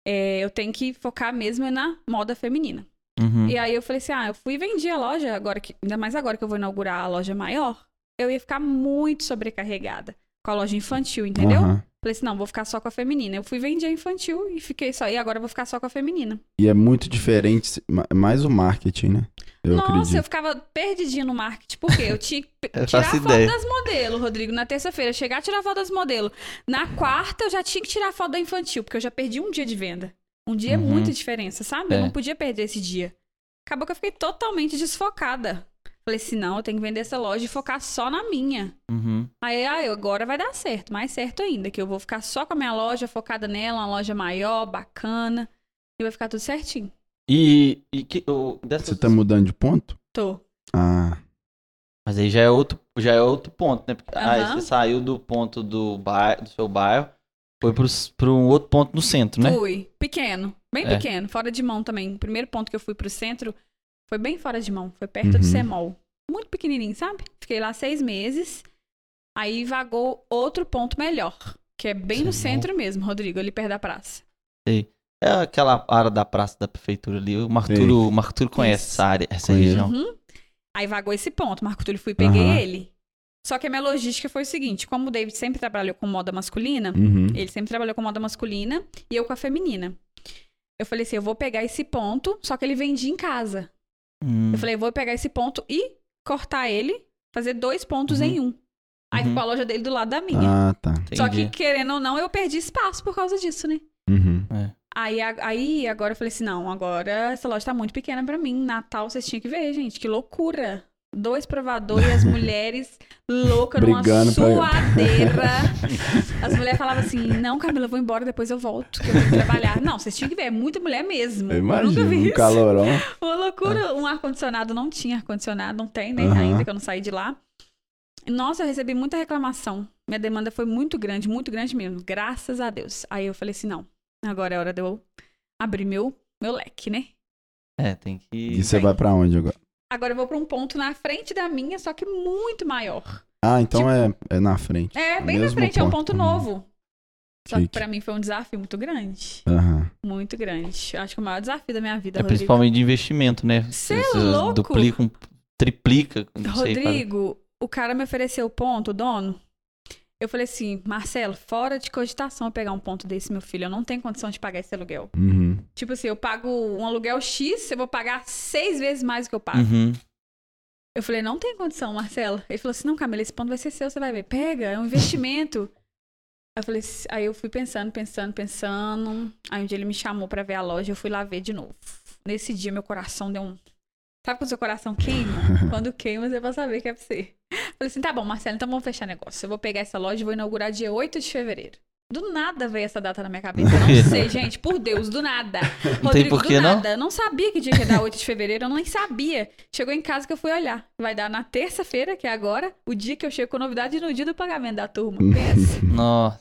C: É, eu tenho que focar mesmo na moda feminina.
B: Uhum.
C: E aí eu falei assim, ah, eu fui e vendi a loja, agora que, ainda mais agora que eu vou inaugurar a loja maior, eu ia ficar muito sobrecarregada com a loja infantil, entendeu?
A: Aham.
C: Falei assim, não, vou ficar só com a feminina. Eu fui vender a infantil e fiquei só. E agora eu vou ficar só com a feminina.
A: E é muito diferente, ma- mais o marketing, né? Eu
C: Nossa, eu
A: acredito.
C: ficava perdidinha no marketing. Por quê? Eu tinha que pe-
B: Eu
C: tirar
B: faço
C: foto
B: ideia.
C: das modelos, Rodrigo, na terça-feira. Chegar, tirar foto das modelos. Na quarta, eu já tinha que tirar foto da infantil, porque eu já perdi um dia de venda. Um dia é
B: Uhum.
C: muita diferença, sabe? Eu
B: É.
C: não podia perder esse dia. Acabou que eu fiquei totalmente desfocada. Falei assim, não, eu tenho que vender essa loja e focar só na minha.
B: Uhum.
C: Aí, ah, eu- agora vai dar certo, mais certo ainda, que eu vou ficar só com a minha loja focada nela, uma loja maior, bacana, e vai ficar tudo certinho.
B: E, e que, o- dessas-
A: Você tá mudando de ponto?
C: Tô.
A: Ah,
B: Mas aí já é outro, já é outro ponto, né? Porque, aí
C: Aham.
B: você saiu do ponto do, bairro, do seu bairro, foi pros- pra um outro ponto no centro, né?
C: Fui. Pequeno, bem
B: É.
C: pequeno, fora de mão também. O primeiro ponto que eu fui pro centro foi bem fora de mão, foi perto
A: Uhum.
C: do CEMOL. Muito pequenininho, sabe? Fiquei lá seis meses, aí vagou outro ponto melhor, que é bem
B: CEMOL.
C: no centro mesmo, Rodrigo, ali perto da praça.
B: É aquela área da praça da prefeitura ali. O Marturo, o Marturo conhece
C: Isso.
B: essa área, essa
A: Conheço.
B: região.
C: Uhum. Aí vagou esse ponto, Marco Túlio, fui e peguei
A: Aham.
C: ele. Só que a minha logística foi o seguinte, como o David sempre trabalhou com moda masculina,
A: uhum.
C: ele sempre trabalhou com moda masculina e eu com a feminina. Eu falei assim, eu vou pegar esse ponto, só que ele vendia em casa.
B: Hum,
C: Uhum. Eu falei, eu vou pegar esse ponto e cortar ele, fazer dois pontos
B: Uhum.
C: em um. Aí
B: Uhum.
C: ficou a loja dele do lado da minha.
A: Ah, tá.
C: só que,
B: entendi.
C: querendo ou não, eu perdi espaço por causa disso, né?
A: Uhum.
C: Aí, a- aí agora eu falei assim: não, agora essa loja tá muito pequena pra mim. Natal vocês tinham que ver, gente. Que loucura. Dois provadores, as mulheres loucas numa
A: Brigando pra-
C: suadeira. As mulheres falavam assim: não, Camila, eu vou embora, depois eu volto, que eu tenho que trabalhar. Não, vocês tinham que ver, é muita mulher mesmo.
A: Eu
C: Eu nunca
A: imagino,
C: vi
A: um
C: isso.
A: calorão.
C: Uma loucura, um ar-condicionado, não tinha ar-condicionado, não tem, né?
A: É. Aham.
C: Ainda que eu não saí de lá. Nossa, eu recebi muita reclamação. Minha demanda foi muito grande, muito grande mesmo. Graças a Deus. Aí eu falei assim: não, agora é hora de eu abrir meu, meu leque, né?
B: É, tem que.
A: E você vai pra onde agora?
C: Agora eu vou pra um ponto na frente da minha, só que muito maior.
A: Ah, então
C: Tipo,
A: é, é na frente.
C: É, bem na
A: Mesmo
C: frente, é um
A: ponto. Uhum.
C: ponto novo. Só que
A: Chique.
C: pra mim foi um desafio muito grande.
A: Aham.
C: Muito grande. Eu acho que é o maior desafio da minha vida,
B: É
C: Rodrigo.
B: principalmente de investimento, né?
C: Cê é
B: Você
C: louco?
B: Duplica, um- triplica. Não sei, faz-
C: Rodrigo, o cara me ofereceu o ponto, o dono. Eu falei assim, Marcelo, fora de cogitação eu pegar um ponto desse, meu filho. Eu não tenho condição de pagar esse aluguel.
A: Uhum.
C: Tipo assim, eu pago um aluguel X, eu vou pagar seis vezes mais do que eu pago.
B: Uhum.
C: Eu falei, não tem condição, Marcelo. Ele falou assim, não, Camila, esse ponto vai ser seu, você vai ver. Pega, é um investimento. Aí eu falei, "S- aí eu fui pensando, pensando, pensando. Aí um dia ele me chamou pra ver a loja, eu fui lá ver de novo. Nesse dia meu coração deu um... Sabe quando seu coração queima? Quando queima, você vai saber que é pra você. Eu falei assim, tá bom, Marcelo, então vamos fechar negócio. Eu vou pegar essa loja e vou inaugurar dia 8 de fevereiro. Do nada veio essa data na minha cabeça. Eu não sei, gente, por Deus, do nada.
B: Não tem
C: Rodrigo,
B: por que
C: do
B: não?
C: nada. Eu não sabia que dia que ia dar 8 de fevereiro, eu nem sabia. Chegou em casa que eu fui olhar. Vai dar na terça-feira, que é agora, o dia que eu chego com a novidade e no dia do pagamento da turma.
B: Hum.
C: Pensa.
B: Nossa.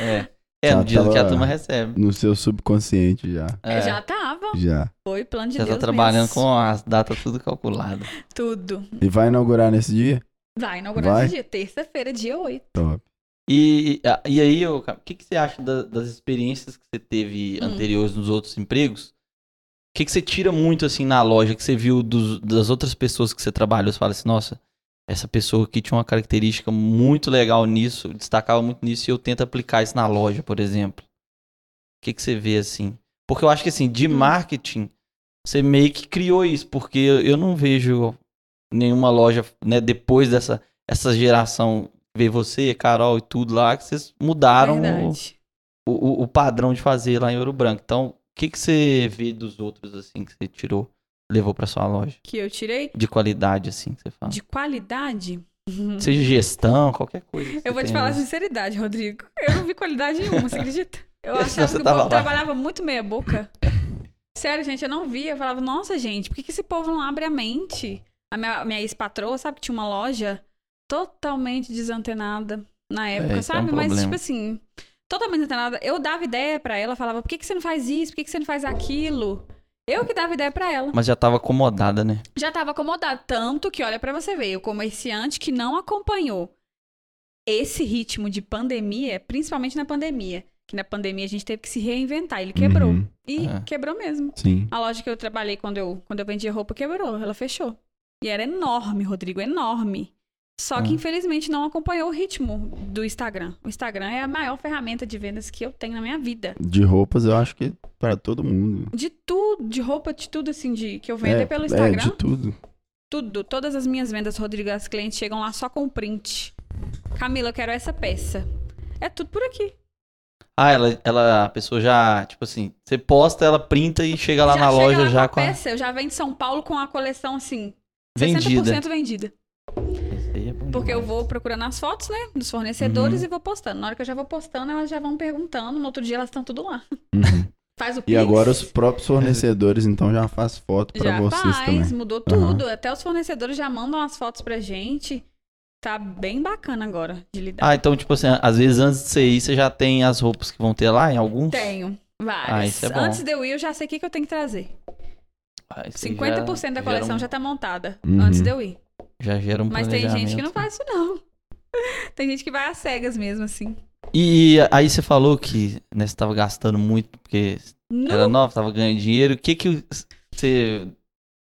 B: É. É
A: Hum. Já
B: no dia que a
A: tava-
B: turma recebe.
A: No seu subconsciente já.
B: É,
C: Já tava.
A: Já.
C: Foi plano de
B: já
C: Deus
B: tá trabalhando
C: mesmo.
B: com as datas tudo calculado.
C: Tudo.
A: E vai inaugurar nesse dia?
C: Vai inaugurar
A: Vai?
C: esse dia, terça-feira, dia 8.
A: Top.
B: E, ah, e- e aí, ô, Cam, o que, que você acha da- das experiências que você teve
C: Hum.
B: anteriores nos outros empregos? O que, que você tira muito assim na loja que você viu dos- das outras pessoas que você trabalhou? Você fala assim, nossa, essa pessoa aqui tinha uma característica muito legal nisso, destacava muito nisso, e eu tento aplicar isso na loja, por exemplo. O que, que você vê assim? Porque eu acho que assim, de
C: Hum.
B: marketing, você meio que criou isso, porque eu eu não vejo nenhuma loja, né, depois dessa essa geração ver você, Carol e tudo lá, que vocês mudaram o,
C: Verdade.
B: o- o padrão de fazer lá em Ouro Branco. Então, o que, que você vê dos outros, assim, que você tirou, levou pra sua loja?
C: Que eu tirei
B: De qualidade, assim, que você fala.
C: de qualidade.
B: Seja gestão, qualquer coisa. que você um
C: Eu vou te
B: tenha.
C: falar assim. a sinceridade, Rodrigo. Eu não vi qualidade nenhuma, você acredita? Eu
B: Senão
C: achava
B: você
C: que o
B: tava
C: povo
B: lá.
C: trabalhava muito meia boca. Sério, gente, eu não via. Eu falava, nossa, gente, por que, que esse povo não abre a mente? A minha, minha ex-patroa, sabe, que tinha uma loja totalmente desantenada na época,
B: isso é um
C: sabe? Mas,
B: problema.
C: tipo assim, totalmente desantenada. Eu dava ideia pra ela, falava, por que, que você não faz isso? Por que, que você não faz aquilo? Eu que dava ideia pra ela.
B: Mas já tava acomodada, né?
C: Já tava acomodado. Tanto que, olha pra você ver, o comerciante que não acompanhou esse ritmo de pandemia, principalmente na pandemia, que na pandemia a gente teve que se reinventar. Ele quebrou.
A: Uhum,
C: E
B: É.
C: quebrou mesmo.
A: Sim.
C: A loja que eu trabalhei quando eu, quando eu vendia roupa quebrou, ela fechou. E era enorme, Rodrigo, enorme. Só
A: É.
C: que,
B: Ah.
C: infelizmente, não acompanhou o ritmo do Instagram. O Instagram é a maior ferramenta de vendas que eu tenho na minha vida.
A: De roupas eu acho que para todo mundo.
C: De tudo, de roupa, de tudo, assim, de que eu vendo é, pelo
A: é,
C: Instagram.
A: de tudo.
C: Tudo, todas as minhas vendas, Rodrigo, as clientes chegam lá só com o print. Camila, eu quero essa peça. É tudo por aqui.
B: Ah, ela, ela, a pessoa já, tipo assim, você posta, ela printa e chega Tá lá na
C: chega
B: loja
C: lá
B: já
C: com
B: com
C: a
B: a
C: peça, eu já venho de São Paulo com a coleção assim,
B: vendida.
C: 60% vendida.
B: Isso aí é bom
C: Porque eu
B: demais.
C: vou procurando as fotos, né, dos fornecedores e vou postando. Na hora que eu já vou postando, elas já vão perguntando, no outro dia elas estão tudo lá.
A: Uhum.
C: Faz o
A: E
C: pix,
A: agora os próprios fornecedores, então, já faz foto pra
C: já
A: vocês
C: faz,
A: também.
C: mudou
A: Aham.
C: tudo, até os fornecedores já mandam as fotos pra gente. Tá bem bacana agora de lidar.
B: Ah, então, tipo assim, às vezes antes de você ir, você já tem as roupas que vão ter lá em alguns?
C: Tenho várias.
B: Ah, isso é bom.
C: Antes de eu ir, eu já sei o que, que eu tenho que trazer.
B: Ah, isso aí já-
C: 50% da coleção
B: um-
C: já tá montada
A: Uhum.
C: antes de eu ir.
B: Já gera um
C: Mas tem gente que não
B: planejamento.
C: faz isso, não. tem gente que vai às cegas mesmo, assim.
B: E aí você falou que né, você tava gastando muito porque
C: Não,
B: era nova, tava ganhando dinheiro. O que que você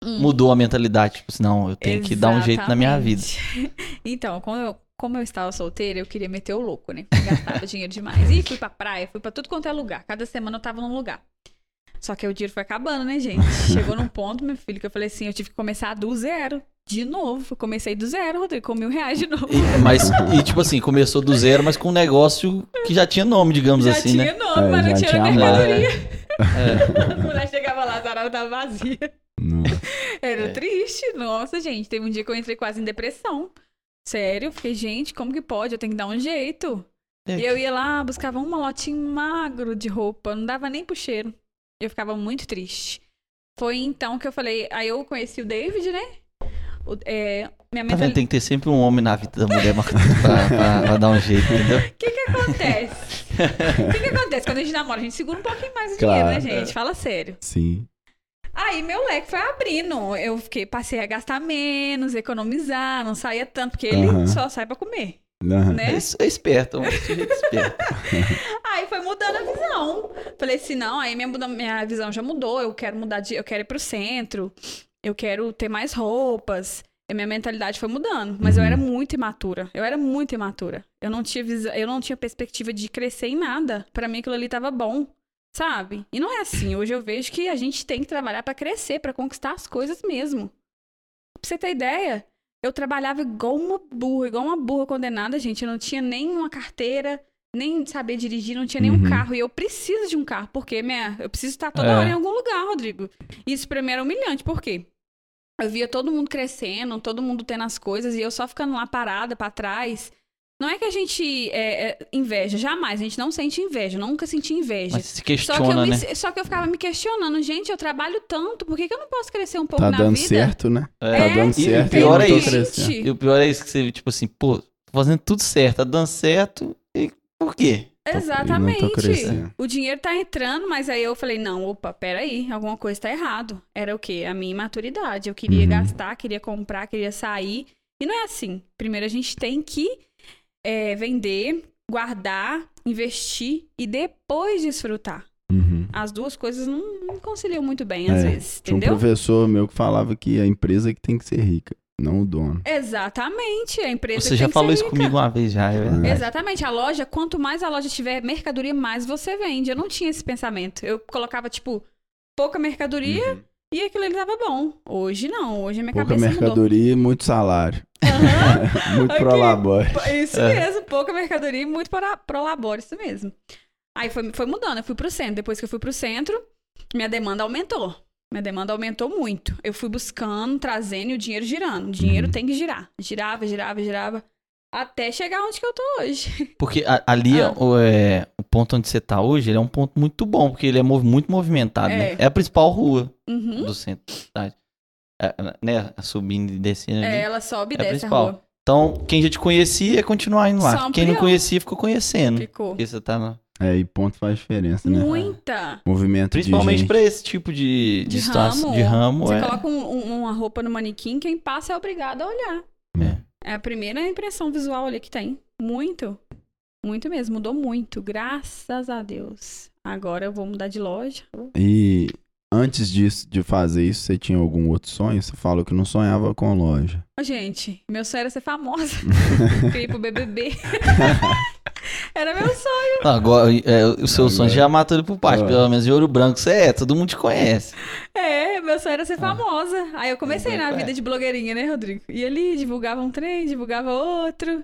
C: Hum.
B: mudou a mentalidade? Tipo assim, não, eu tenho que dar um jeito na minha vida.
C: Exatamente. Então, como eu, como eu estava solteira, eu queria meter o louco, né? Gastava dinheiro demais. E fui pra praia, fui pra tudo quanto é lugar. Cada semana eu tava num lugar. Só que aí o dinheiro foi acabando, né, gente? Chegou num ponto, meu filho, que eu falei assim: eu tive que começar do zero. De novo. Eu comecei do zero, Rodrigo, com mil reais de novo.
B: E- mas, e tipo assim, começou do zero, mas com um negócio que já tinha nome, digamos
C: Já
B: assim,
C: tinha
B: né?
C: nome,
A: É,
C: mas não
A: já
C: tinha,
A: tinha
C: na
A: a
C: mercadoria.
B: É.
C: A mulher chegava lá, a Zara tava vazia.
A: Nossa.
C: Era
B: É.
C: triste. Nossa, gente, teve um dia que eu entrei quase em depressão. Sério, eu fiquei, gente, como que pode? Eu tenho que dar um jeito.
B: é.
C: E eu ia lá, buscava um malotinho magro de roupa, não dava nem pro cheiro. Eu ficava muito triste. Foi então que eu falei, aí eu conheci o David, né? O- é, minha
B: Tá vendo?
C: mentalidade.
B: Tem que ter sempre um homem na vida da mulher Marcos, pra, pra- pra dar um jeito, entendeu?
C: O que que acontece? O que que acontece? Quando a gente namora, a gente segura um pouquinho mais o dinheiro, né,
A: Claro.
C: gente? Fala sério.
A: Sim.
C: Aí meu leque foi abrindo. Eu fiquei, passei a gastar menos, economizar, não saía tanto, porque ele
A: Aham.
C: só sai pra comer,
A: Aham.
B: É,
C: né?
B: es- é esperto, é um sujeito esperto.
C: Aí foi mudando a visão. Falei assim, não, aí minha, muda- minha visão já mudou, eu quero mudar de. Eu quero ir pro centro, eu quero ter mais roupas. a minha mentalidade foi mudando, mas eu era muito imatura. Eu era muito imatura. Eu não tinha visão, eu não tinha perspectiva de crescer em nada. Pra mim aquilo ali tava bom, sabe? E não é assim. Hoje eu vejo que a gente tem que trabalhar pra crescer, pra conquistar as coisas mesmo. Pra você ter ideia, eu trabalhava igual uma burra, igual uma burra condenada, gente. Eu não tinha nem uma carteira, nem saber dirigir, não tinha nenhum
A: Uhum.
C: carro. E eu preciso de um carro, porque minha, eu preciso estar toda
B: É.
C: hora em algum lugar, Rodrigo. Isso pra mim era humilhante, por quê? Eu via todo mundo crescendo, todo mundo tendo as coisas, e eu só ficando lá parada pra trás. Não é que a gente é, é, inveja, jamais. A gente não sente inveja, eu nunca senti inveja.
B: Mas se
C: só, que eu
B: questiona,
C: me-
B: né?
C: só que eu ficava me questionando, gente, eu trabalho tanto, por que, que eu não posso crescer um pouco
A: Tá
C: na
A: dando
C: vida?
A: certo, né?
B: É.
A: Tá dando
B: E
A: certo e,
B: pior
A: não
B: é
A: tô
B: isso.
A: crescendo.
B: E o pior é isso que você, tipo assim, pô, tô fazendo tudo certo, tá dando certo, e por quê?
A: E não tô
C: Exatamente.
A: crescendo.
C: O dinheiro tá entrando, mas aí eu falei, não, opa, peraí, alguma coisa tá errado. Era o quê? A minha imaturidade. Eu queria
A: Uhum.
C: gastar, queria comprar, queria sair. E não é assim. Primeiro a gente tem que é, vender, guardar, investir e depois desfrutar.
A: Uhum.
C: As duas coisas não, não conciliam muito bem, às
A: É,
C: vezes,
A: Tinha um
C: entendeu?
A: professor meu que falava que a empresa é que tem que ser rica, não o dono.
C: Exatamente. A empresa
B: Você
C: tem
B: já
C: que
B: falou
C: ser
B: isso
C: rica.
B: comigo uma vez já, é verdade.
C: Exatamente, a loja, quanto mais a loja tiver mercadoria, mais você vende. Eu não tinha esse pensamento. Eu colocava, tipo, pouca mercadoria
A: Uhum.
C: e aquilo ele tava bom. Hoje não, hoje a minha
A: Pouca
C: cabeça mudou.
A: mercadoria e muito salário.
C: Aham,
A: Muito
C: Aqui.
A: pro labore.
C: isso
B: É.
C: mesmo, pouca mercadoria e muito para pro labor, isso mesmo. Aí foi, foi mudando, eu fui pro centro. Depois que eu fui pro centro, minha demanda aumentou. Minha demanda aumentou muito. Eu fui buscando, trazendo e o dinheiro girando. O dinheiro
A: Uhum.
C: tem que girar. Girava, girava, girava. Até chegar onde que eu tô hoje.
B: Porque a- ali
C: Ah.
B: o, é, o ponto onde você tá hoje, ele é um ponto muito bom, porque ele é mov- muito movimentado, né?
C: É.
B: É a principal rua
C: Uhum.
B: do centro da cidade. É, né? Subindo e descendo ali.
C: É, ela sobe
B: É
C: e
B: a
C: desce a
B: principal.
C: rua.
B: Então, quem já te conhecia, continua indo
C: Só um
B: lá. Quem não
C: ampliou.
B: conhecia, ficou conhecendo.
C: Ficou.
B: Porque você tá na-
A: É, e ponto faz diferença, né?
C: Muita.
A: Movimento
B: Principalmente
A: de gente.
B: pra esse tipo de, de,
C: De
B: situação,
C: ramo.
B: de ramo.
C: Você
B: é.
C: coloca um- um- uma roupa no manequim, quem passa é obrigado a olhar.
A: É.
C: É a primeira impressão visual ali que tem. Muito. Muito mesmo. Mudou muito. Graças a Deus. Agora eu vou mudar de loja.
A: E antes disso, de fazer isso, você tinha algum outro sonho? Você falou que não sonhava com loja.
C: Ô, gente, meu sonho era ser famosa. Queria ir pro BBB. era meu sonho.
B: Não, agora, é, o seu sonho
A: Agora.
B: já matou ele por parte,
A: Ah.
B: pelo menos de ouro branco. Você é, todo mundo te conhece.
C: É, meu sonho era ser famosa. Aí eu comecei
B: Não tem
C: na
B: qual é.
C: vida de blogueirinha, né, Rodrigo? E ali divulgava um trem, divulgava outro.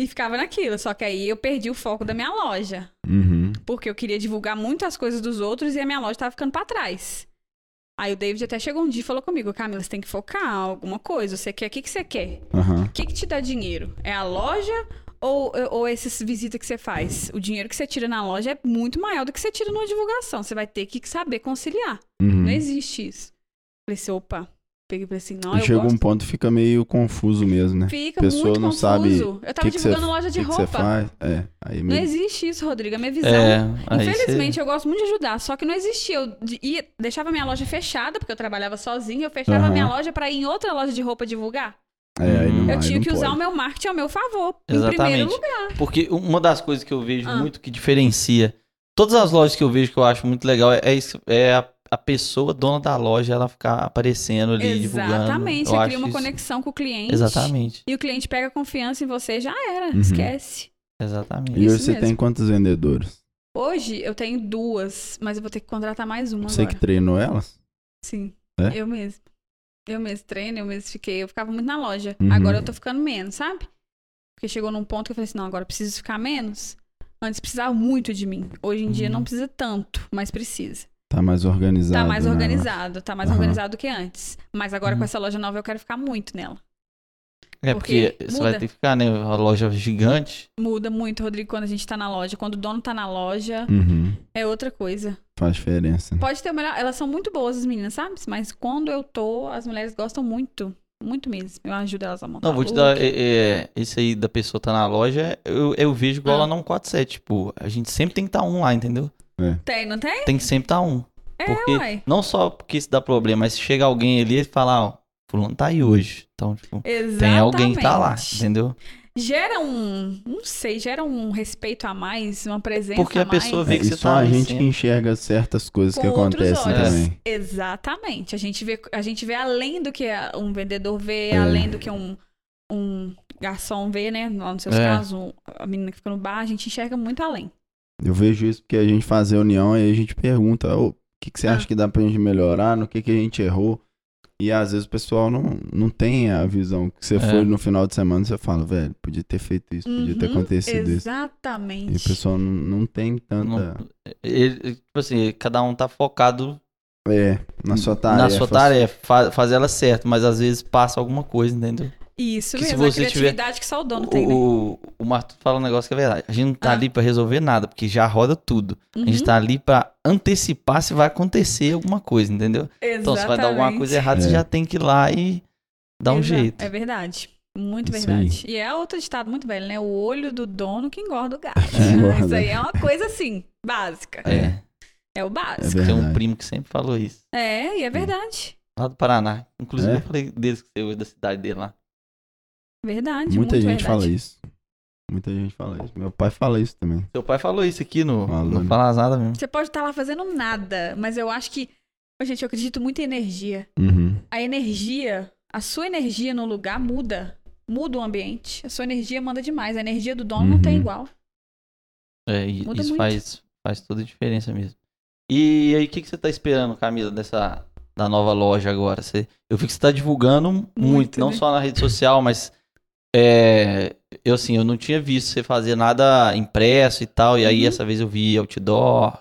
C: E ficava naquilo. Só que aí eu perdi o foco da minha loja.
A: Uhum.
C: porque eu queria divulgar muito as coisas dos outros e a minha loja tava ficando pra trás. Aí o David até chegou um dia e falou comigo, Camila, você tem que focar em alguma coisa. Você quer, o que, que você quer?
A: Aham.
C: O que, que te dá dinheiro? É a loja ou, ou essas visitas que você faz? O dinheiro que você tira na loja é muito maior do que você tira numa divulgação. Você vai ter que saber conciliar.
A: Uhum.
C: Não existe isso. Falei assim, opa. Peguei e falei assim, não,
A: E
C: eu
A: chega
C: gosto.
A: um ponto que fica meio confuso mesmo, né?
C: Fica
A: pessoa
C: muito
A: não
C: confuso.
A: sabe
C: eu tava
A: que que você-
C: divulgando loja
A: O
C: de
A: que que você
C: roupa.
A: faz? É, aí
C: não
A: meio...
C: existe isso, Rodrigo. A minha visão
B: É, aí
C: Infelizmente, eu gosto muito de ajudar, só que não existia. Eu de- ia, deixava minha loja fechada, porque eu trabalhava sozinha, eu fechava
A: Aham.
C: minha loja pra ir em outra loja de roupa divulgar.
A: É, aí não,
C: eu
A: aí
C: tinha
A: não
C: que usar
A: pode.
C: o meu marketing ao meu favor, em primeiro
B: Exatamente.
C: lugar.
B: Porque uma das coisas que eu vejo
C: Ah.
B: muito que diferencia todas as lojas que eu vejo que eu acho muito legal é, é isso- é a, a pessoa dona da loja ela ficar aparecendo ali divulgando.
C: Exatamente,
B: Eu
C: você
B: acho
C: cria uma
B: isso-
C: conexão com o cliente.
B: Exatamente,
C: E o cliente pega confiança em você, já era,
A: Uhum.
C: esquece.
B: exatamente.
A: E
C: Isso
A: hoje você
C: mesmo.
A: tem quantos vendedores?
C: Hoje eu tenho duas, mas eu vou ter que contratar mais uma
A: Você
C: agora.
A: que treinou elas?
C: Sim,
A: É?
C: eu mesmo. Eu mesmo treino, eu mesmo fiquei. Eu ficava muito na loja.
A: Uhum.
C: Agora eu tô ficando menos, sabe? Porque chegou num ponto que eu falei assim: não, agora eu preciso ficar menos. Antes precisava muito de mim. Hoje em dia
B: Uhum.
C: não precisa tanto, mas precisa.
A: Tá mais organizado.
C: tá mais
A: né?
C: organizado, tá mais
A: Aham.
C: organizado do que antes. Mas agora
B: Uhum.
C: com essa loja nova eu quero ficar muito nela.
B: É porque,
C: porque
B: você
C: muda.
B: vai ter que ficar, né? A loja gigante.
C: Muda muito, Rodrigo, quando a gente tá na loja. Quando o dono tá na loja,
A: Uhum.
C: é outra coisa.
A: Faz diferença. né?
C: Pode ter o melhor. Elas são muito boas, as meninas, sabe? Mas quando eu tô, as mulheres gostam muito. Muito mesmo. Eu ajudo elas a montar.
B: Não, vou te
C: look.
B: dar. É, é, esse aí da pessoa tá na loja, eu, eu vejo igual
C: Ah.
B: lá não 47. Tipo, a gente sempre tem que estar um lá, entendeu?
C: Tem, não tem?
B: Tem que sempre estar um.
C: É,
B: Porque
C: uai.
B: não só porque isso dá problema, mas se chega alguém ali e falar, ó, fulano tá aí hoje. Então, tipo,
C: Exatamente.
B: tem alguém que tá lá, entendeu?
C: Gera um. Não sei, gera um respeito a mais, uma presença
B: Porque a
C: mais.
B: pessoa vê
A: É,
B: que você
A: e só
B: tá
A: a gente
B: vencendo.
A: que enxerga certas coisas que
C: Com outros
A: acontecem
B: olhos.
A: também.
C: Exatamente. A gente vê, a gente vê além do que a- um vendedor vê,
A: É.
C: além do que um, um garçom vê, né? Lá nos seus
B: É.
C: casos, um- a menina que fica no bar, a gente enxerga muito além.
A: Eu vejo isso porque a gente faz reunião e a gente pergunta, "Ô, o que, que você
C: Ah.
A: acha que dá pra gente melhorar, no que, que a gente errou. E às vezes o pessoal não, não tem a visão que você
B: É.
A: foi no final de semana e você fala, velho, podia ter feito isso, podia ter
C: Uhum,
A: acontecido isso. E o
C: Exatamente.
A: pessoal não, não tem tanta.
B: Não- ele- tipo assim, cada um tá focado
A: É, na sua tarefa.
B: na sua tarefa, fa- fazer ela certa, mas às vezes passa alguma coisa, entendeu?
C: Isso
B: Que se
C: mesmo, é
B: você
C: a
B: tiver-
C: criatividade que só o dono
B: o,
C: tem, né?
B: o, o Marto fala um negócio que é verdade. A gente não tá
C: Ah.
B: ali pra resolver nada, porque já roda tudo. A gente
C: Uhum,
B: tá ali pra antecipar se vai acontecer alguma coisa, entendeu?
C: Uhum.
B: Então se vai dar alguma
C: exatamente.
B: coisa errada, você
A: É.
B: já tem que ir lá e dar um
C: Exa-
B: jeito.
C: É verdade. Muito
A: Isso
C: verdade. E é outro ditado muito velho, né? O olho do dono que engorda o gato.
A: Engorda.
C: Isso aí é uma coisa assim, básica.
B: É.
C: É o
A: É
C: básico.
B: Tem um
A: verdade.
B: primo que sempre falou isso.
C: É, e é verdade.
B: Lá do Paraná. Inclusive,
A: É?
B: eu falei deles que você é da cidade dele lá.
A: Muita
C: Verdade. muito
A: gente
C: verdade.
A: fala isso. Muita gente fala isso. Meu pai fala isso também.
B: Seu pai falou isso aqui no,
A: Falou,
B: no
A: né?
B: Falas Nada mesmo.
C: Você pode estar lá fazendo nada, mas eu acho que. Ô, Gente, eu acredito muito em energia.
A: Uhum.
C: A energia, a sua energia no lugar muda. Muda o ambiente. A sua energia manda demais. A energia do dono não tem
A: Uhum.
C: igual.
B: É, e
C: Muda
B: isso
C: muito.
B: faz, faz toda a diferença mesmo. E aí, o que, que você tá esperando, Camila, dessa da nova loja agora? Você, eu vi que você tá divulgando muito,
C: Muito,
B: não
C: né?
B: só na rede social, mas é, eu assim, eu não tinha visto você fazer nada impresso e tal. E aí,
C: Uhum.
B: essa vez eu vi outdoor,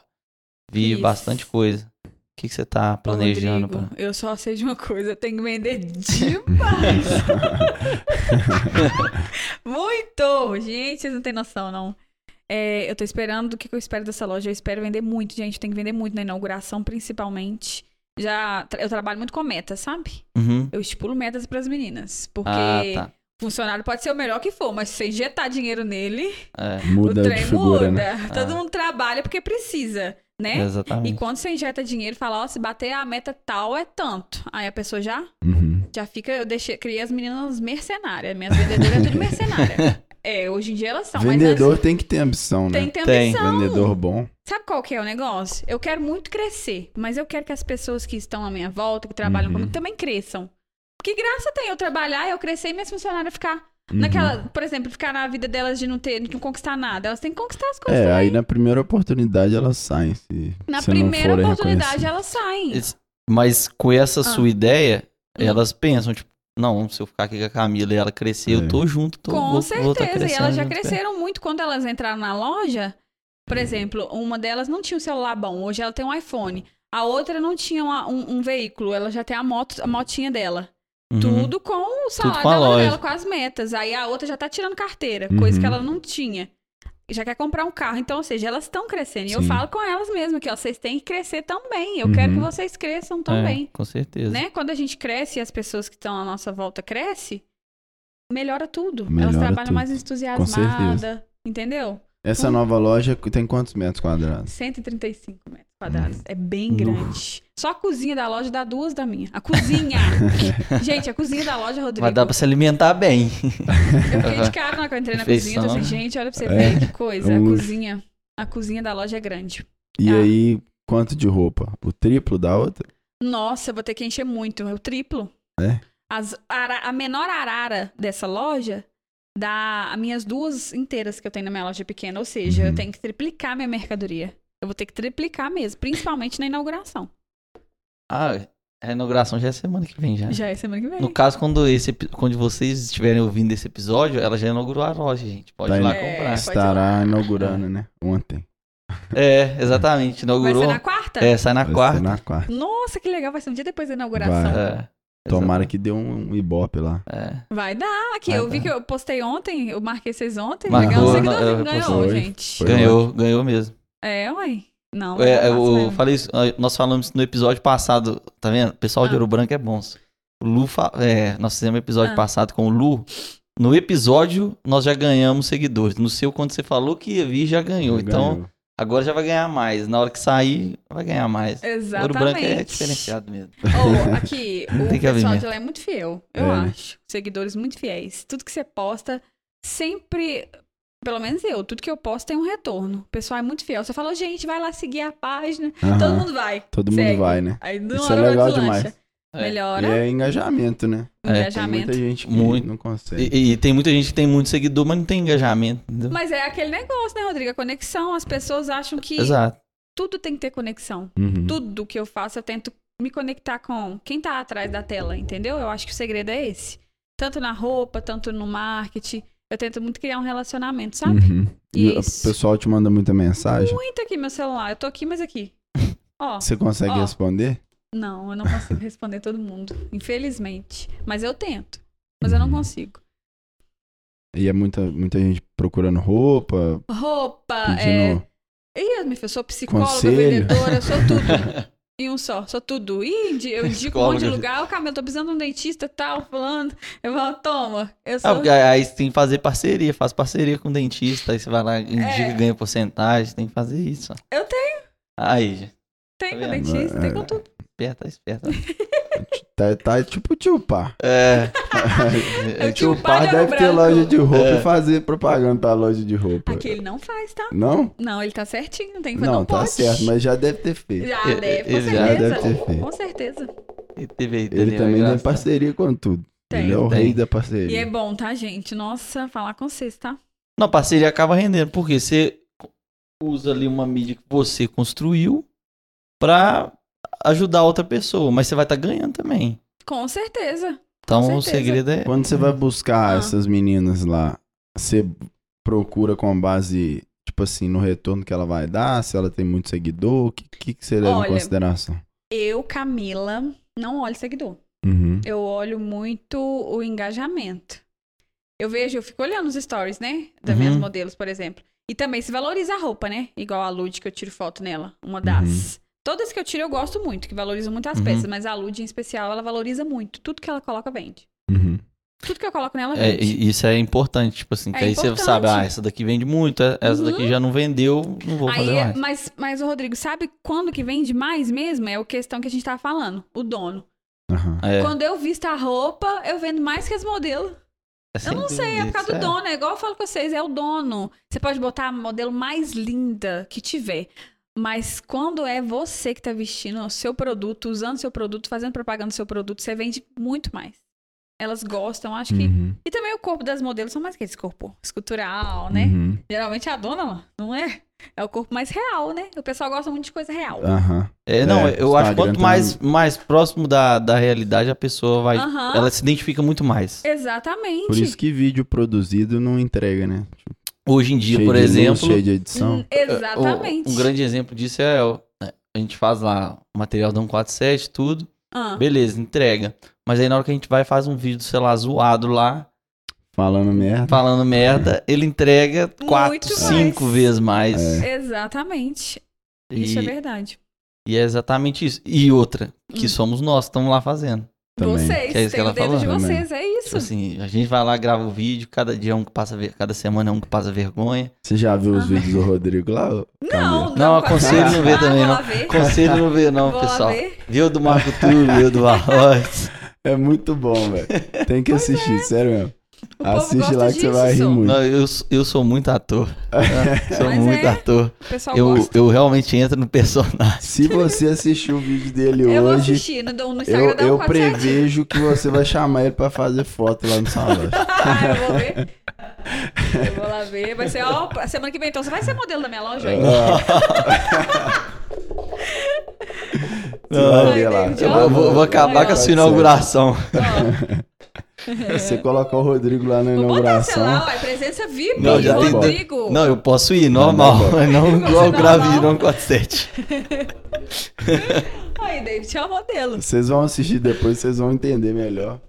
B: vi
C: Isso.
B: bastante coisa. O que, que você tá planejando?
C: Rodrigo,
B: pra-
C: eu só sei de uma coisa, eu tenho que vender demais. muito! Gente, vocês não têm noção, não. É, eu tô esperando, do que, que eu espero dessa loja? Eu espero vender muito, gente. Tem que vender muito na inauguração, principalmente. Já, tra- eu trabalho muito com metas, sabe?
B: Uhum.
C: Eu estipulo metas pras meninas. Porque
B: Ah, tá.
C: funcionário pode ser o melhor que for, mas se você injetar dinheiro nele,
B: É,
A: Muda
C: o
A: de
C: trem
A: figura,
C: muda.
A: né?
C: Todo
B: Ah.
C: mundo trabalha porque precisa, né? E
B: exatamente.
C: quando você injeta dinheiro, fala, ó, se bater a meta tal é tanto. Aí a pessoa já,
A: Uhum.
C: já fica, eu deixei, criei as meninas mercenárias, minhas vendedoras é tudo mercenária. É, hoje em dia elas são,
A: Vendedor tem que ter ambição,
C: mas
A: né?
C: elas assim, tem que ter
B: Tem.
C: ambição.
A: Vendedor bom.
C: Sabe qual que é o negócio? Eu quero muito crescer, mas eu quero que as pessoas que estão à minha volta, que trabalham
A: Uhum.
C: comigo, também cresçam. Que graça tem eu trabalhar, eu crescer e minhas funcionárias ficar
A: Uhum.
C: naquela, por exemplo, ficar na vida delas de não ter, de não conquistar nada. Elas têm que conquistar as coisas.
A: É,
C: também.
A: aí na primeira oportunidade elas saem. Se,
C: na
A: se
C: primeira
A: não forem
C: oportunidade
A: reconhecidas.
C: elas saem.
B: Eles- Mas com essa sua ideia,
C: Ah. Hum.
B: elas pensam, tipo, não, se eu ficar aqui com a Camila e ela crescer, eu
A: É.
B: tô junto, tô
C: Com
B: vou-
C: certeza.
B: vou tá
C: e
B: crescendo
C: elas já
B: junto com ela.
C: cresceram muito quando elas entraram na loja. Por exemplo, uma delas não tinha um celular bom, hoje ela tem um iPhone. A outra não tinha uma- um, um veículo, ela já tem a moto, a motinha dela.
B: Uhum.
C: Tudo com o salário
B: com a
C: da mãe
B: loja.
C: dela, com as metas. Aí a outra já tá tirando carteira, coisa
A: Uhum.
C: que ela não tinha. Já quer comprar um carro. Então, ou seja, elas estão crescendo. E eu
A: Sim.
C: falo com elas mesmo que ó, vocês têm que crescer também. Eu
A: Uhum.
C: quero que vocês cresçam também.
B: É, com certeza.
C: Né? Quando a gente cresce e as pessoas que estão à nossa volta crescem, melhora tudo. elas
A: Melhora
C: trabalham
A: tudo.
C: mais entusiasmadas,
A: certeza.
C: entendeu?
A: Essa nova loja tem quantos metros quadrados?
C: 135 metros quadrados.
A: Hum.
C: É bem grande. Só a cozinha da loja dá duas da minha. A cozinha! gente, a cozinha da loja, Rodrigo.
B: Mas dá pra se alimentar bem.
C: Eu fiquei de cara na hora que eu entrei na
B: Refeição,
C: cozinha. Eu falei, gente, olha pra você ver que coisa.
A: É
C: A
A: um luxo.
C: cozinha, a cozinha da loja é grande.
A: E
C: Ah.
A: aí, quanto de roupa? O triplo da outra?
C: Nossa, eu vou ter que encher muito. É o triplo.
A: É?
C: As- ara- a menor arara dessa loja dá as minhas duas inteiras que eu tenho na minha loja pequena. Ou seja, eu
A: Uhum.
C: tenho que triplicar minha mercadoria. Eu vou ter que triplicar mesmo, principalmente na inauguração.
B: Ah, a inauguração já é semana que vem, já.
C: Já é semana que vem.
B: No caso, quando, esse, epi- quando vocês estiverem ouvindo esse episódio, ela já inaugurou a loja, gente. Ah, Pode Ah.
A: Tá
B: ir lá
C: indo. É,
B: comprar.
C: pode-
A: Estará inaugurando, né? Ontem.
B: É, exatamente.
C: Vai
B: Inaugurou.
C: ser na quarta?
B: É, sai na
A: Vai ser
B: quarta.
A: Na quarta.
C: Nossa, que legal. Vai ser um dia depois da inauguração.
A: Vai.
B: É,
A: Tomara que dê um, um ibope lá.
B: É.
C: Vai dar, aqui.
B: Vai
C: eu vi
B: dar.
C: que eu postei ontem, eu marquei vocês ontem.
B: Marcou, né? É,
C: Legal, um
B: não, eu
C: seguidorzinho ganhou,
B: repostei.
A: Foi,
C: gente.
A: foi. né?
B: Ganhou, ganhou mesmo.
C: É, uai. Não, mas
B: É,
C: eu faço
B: eu
C: mesmo.
B: falei isso, ah, nós falamos isso no episódio passado, tá vendo? O pessoal de
C: Ah.
B: Ouro Branco é bons. O Lu, fa- é, nós fizemos um episódio
C: Ah.
B: passado com o Lu. No episódio, nós já ganhamos seguidores. No seu, quando você falou que ia vir, já ganhou. Então,
A: Ganhou.
B: agora já vai ganhar mais. Na hora que sair, vai ganhar mais.
C: Exatamente.
B: Ouro Branco é diferenciado mesmo.
C: Ou, aqui, o
B: Tem que haver
C: pessoal
B: mesmo.
C: de lá é muito fiel, eu
A: É, né?
C: acho. Seguidores muito fiéis. Tudo que você posta, sempre, pelo menos eu, tudo que eu posso tem um retorno. O pessoal é muito fiel. Você fala, gente, vai lá seguir a página.
A: Aham.
C: Todo mundo vai.
A: Todo mundo
C: segue.
A: vai, né?
C: Aí de uma
A: Isso é
C: hora pra
A: legal
C: outra lancha.
A: demais.
B: É.
A: E
C: Melhora
A: é engajamento, né?
C: o
A: Tem
B: é, tem
C: engajamento.
A: muita gente que
B: Muito.
A: não consegue.
B: E, e tem muita gente que tem muito seguidor, mas não tem engajamento. entendeu?
C: Mas é aquele negócio, né, Rodrigo? A conexão. As pessoas acham que
B: Exato.
C: tudo tem que ter conexão.
A: Uhum.
C: tudo que eu faço, eu tento me conectar com quem tá atrás da tela, entendeu? Eu acho que o segredo é esse. Tanto na roupa, tanto no marketing. Eu tento muito criar um relacionamento, sabe?
A: Uhum. E o
C: Isso.
A: pessoal te manda muita mensagem.
C: Muito aqui meu celular. Eu tô aqui, mas aqui. Ó,
A: Você consegue
C: Ó.
A: responder?
C: não, eu não consigo responder todo mundo, infelizmente. Mas eu tento. Mas eu não
A: Uhum.
C: consigo.
A: E é muita, muita gente procurando roupa,
C: Roupa, é.
A: pedindo.
C: Ih, meu filho, eu sou psicóloga,
A: Conselho.
C: vendedora, eu sou tudo. Em um só, sou tudo. Ih, de- eu indico um monte de
B: Psicóloga.
C: lugar. Ô, Camila, eu tô precisando de um dentista, tal, falando. Eu falo, toma. Eu sou...
B: Ah, porque aí você tem que fazer parceria, faz parceria com o dentista, aí você vai lá, indica,
C: É.
B: ganha porcentagem, tem que fazer isso. ó.
C: Eu tenho,
B: Aí, gente,
C: tenho
B: Tá
C: com
B: vendo?
C: dentista,
A: É.
C: tenho com tudo.
B: esperta, esperta.
A: Tá, tá tipo tio Pá.
B: É.
A: É,
C: Eu tinha um
A: Pá
C: Palha no
A: deve ter
C: branco.
A: loja de roupa
B: É.
A: e fazer propaganda pra loja de roupa.
C: Aqui ele não faz, tá?
A: Não?
C: Não, ele tá certinho, não tem que
A: Não,
C: não
A: tá
C: pode.
A: certo, mas é já deve ter feito.
C: Já
B: Ele-
C: deve, com
B: ele
A: já
C: certeza.
A: deve ter feito.
C: Com certeza.
B: Ele, teve,
A: Ele também é tem
B: é engraçado.
A: parceria com tudo.
C: Tem.
A: Ele é o
B: Tem.
A: rei da
C: E é
A: parceria.
C: bom, tá, gente? Nossa, falar com vocês, tá?
B: Não, parceria acaba rendendo, porque você usa ali uma mídia que você construiu pra ajudar outra pessoa, mas você vai estar ganhando também.
C: Com certeza.
B: Então
C: Com
B: o
C: certeza.
B: segredo é.
A: Quando você vai buscar
C: Ah.
A: essas meninas lá, você procura com base, tipo assim, no retorno que ela vai dar, se ela tem muito seguidor, o que, que, que você leva
C: Olha.
A: em consideração?
C: Eu, Camila, não olho seguidor.
A: Uhum,
C: Eu olho muito o engajamento. Eu vejo, eu fico olhando os stories, né? Das minhas
B: Uhum.
C: modelos, por exemplo. E também se valoriza a roupa, né? Igual a Lud que eu tiro foto nela, uma das. Todas que eu tiro eu gosto muito, que valorizam muito as
B: Uhum.
C: peças, mas a Lud em especial, ela valoriza muito. Tudo que ela coloca vende.
A: Uhum.
C: Tudo que eu coloco nela
B: É,
C: vende.
B: e- isso é importante, tipo assim,
C: É
B: que aí você
C: importante.
B: sabe, ah, essa daqui vende muito, é- essa
C: Uhum.
B: daqui já não vendeu, não vou
C: Aí, é
B: fazer mais.
C: mas, mas, ô, Rodrigo, sabe quando que vende mais mesmo? É a questão que a gente tava falando, o dono.
A: Aham.
B: É,
C: Quando eu visto a roupa, eu vendo mais que as modelos.
B: sem
C: eu não sei, é
B: dúvida,
C: por causa do
B: isso é.
C: dono. É igual eu falo com vocês, é o dono. Você pode botar a modelo mais linda que tiver. Mas quando é você que tá vestindo o seu produto, usando seu produto, fazendo propaganda do seu produto, você vende muito mais. Elas gostam, acho que.
A: Uhum.
C: E também o corpo das modelos são mais que esse corpo escultural, né?
A: Uhum.
C: Geralmente é a dona, ó, não é? É o corpo mais real, né? O pessoal gosta muito de coisa real.
A: Aham.
B: É, não,
A: É,
B: eu acho que
A: Instagram
B: quanto
A: também.
B: mais, mais próximo da, da realidade a pessoa vai.
C: Aham.
B: Ela se identifica muito mais.
C: Exatamente.
A: é Por isso que vídeo produzido não entrega, né?
B: Hoje em dia,
A: Cheio
B: por
A: de luz,
B: exemplo.
A: cheio de edição.
C: Hum, Exatamente.
B: Um, um grande exemplo disso é. o- é, A gente faz lá o material da 147, tudo.
C: Ah,
B: Beleza, entrega. Mas aí na hora que a gente vai e faz um vídeo, sei lá, zoado lá,
A: Falando merda.
B: falando merda, ele entrega quatro,
C: mais.
B: cinco vezes
A: É.
B: mais.
C: Exatamente.
B: E,
C: Isso é verdade.
B: e é exatamente isso. E outra, que
C: Hum.
B: somos nós que estamos lá fazendo.
A: Também.
C: Vocês,
B: Que é isso que
C: tem o
B: ela
C: dedo
B: falou,
C: de
A: também.
C: vocês, é isso.
B: Tipo assim, a gente vai lá, grava o vídeo, cada dia é um que passa, ver- cada semana é um que passa vergonha.
A: Você já viu os
C: Ah.
A: vídeos do Rodrigo lá? ô, Camila?
C: não,
B: Não,
C: quase
B: aconselho
C: nada.
B: não ver também,
C: Ah,
B: não.
C: vou lá ver.
B: Conselho não ver não,
C: Vou lá
B: pessoal.
C: ver.
B: Viu do Marco Túlio, viu do Arroz.
A: É muito bom, velho. Tem que assistir, sério mesmo.
C: é. povo
A: Assiste
C: gosta
A: lá que você
C: disso,
A: vai rir
C: sou.
A: muito.
B: Não, eu, s- eu sou muito ator. né? Sou
C: Mas
B: muito
C: é,
B: ator.
C: O pessoal
B: Eu,
C: gosta.
B: eu realmente entro no personagem.
A: Se você assistir o vídeo dele
C: Eu vou
A: hoje,
C: assistir no, no
A: eu,
C: Instagram um da
A: eu
C: 147.
A: prevejo que você vai chamar ele pra fazer foto lá no salão.
C: Ah, eu vou ver. Eu vou lá ver. Vai ser, ó, pra- semana que vem, então. Você vai ser modelo da minha loja? hein?
A: Você vai
C: Ai,
A: ver lá.
C: David,
B: Eu
C: ó.
B: vou, vou- vou acabar com
A: Pode Ah,
B: a sua
A: ser. Tá
B: inauguração.
C: Ó,
A: Você colocar o Rodrigo lá na
C: vou botar, sei
A: inauguração.
C: lá, ó, é presença VIP,
B: Não,
A: tá
B: já tem-
C: Rodrigo.
B: Não, eu posso ir, normal.
A: Não,
B: mas Não,
C: Você
B: igual eu gravei
C: normal?
B: não 47.
C: Aí, David, é o modelo.
A: Vocês vão assistir depois, vocês vão entender melhor.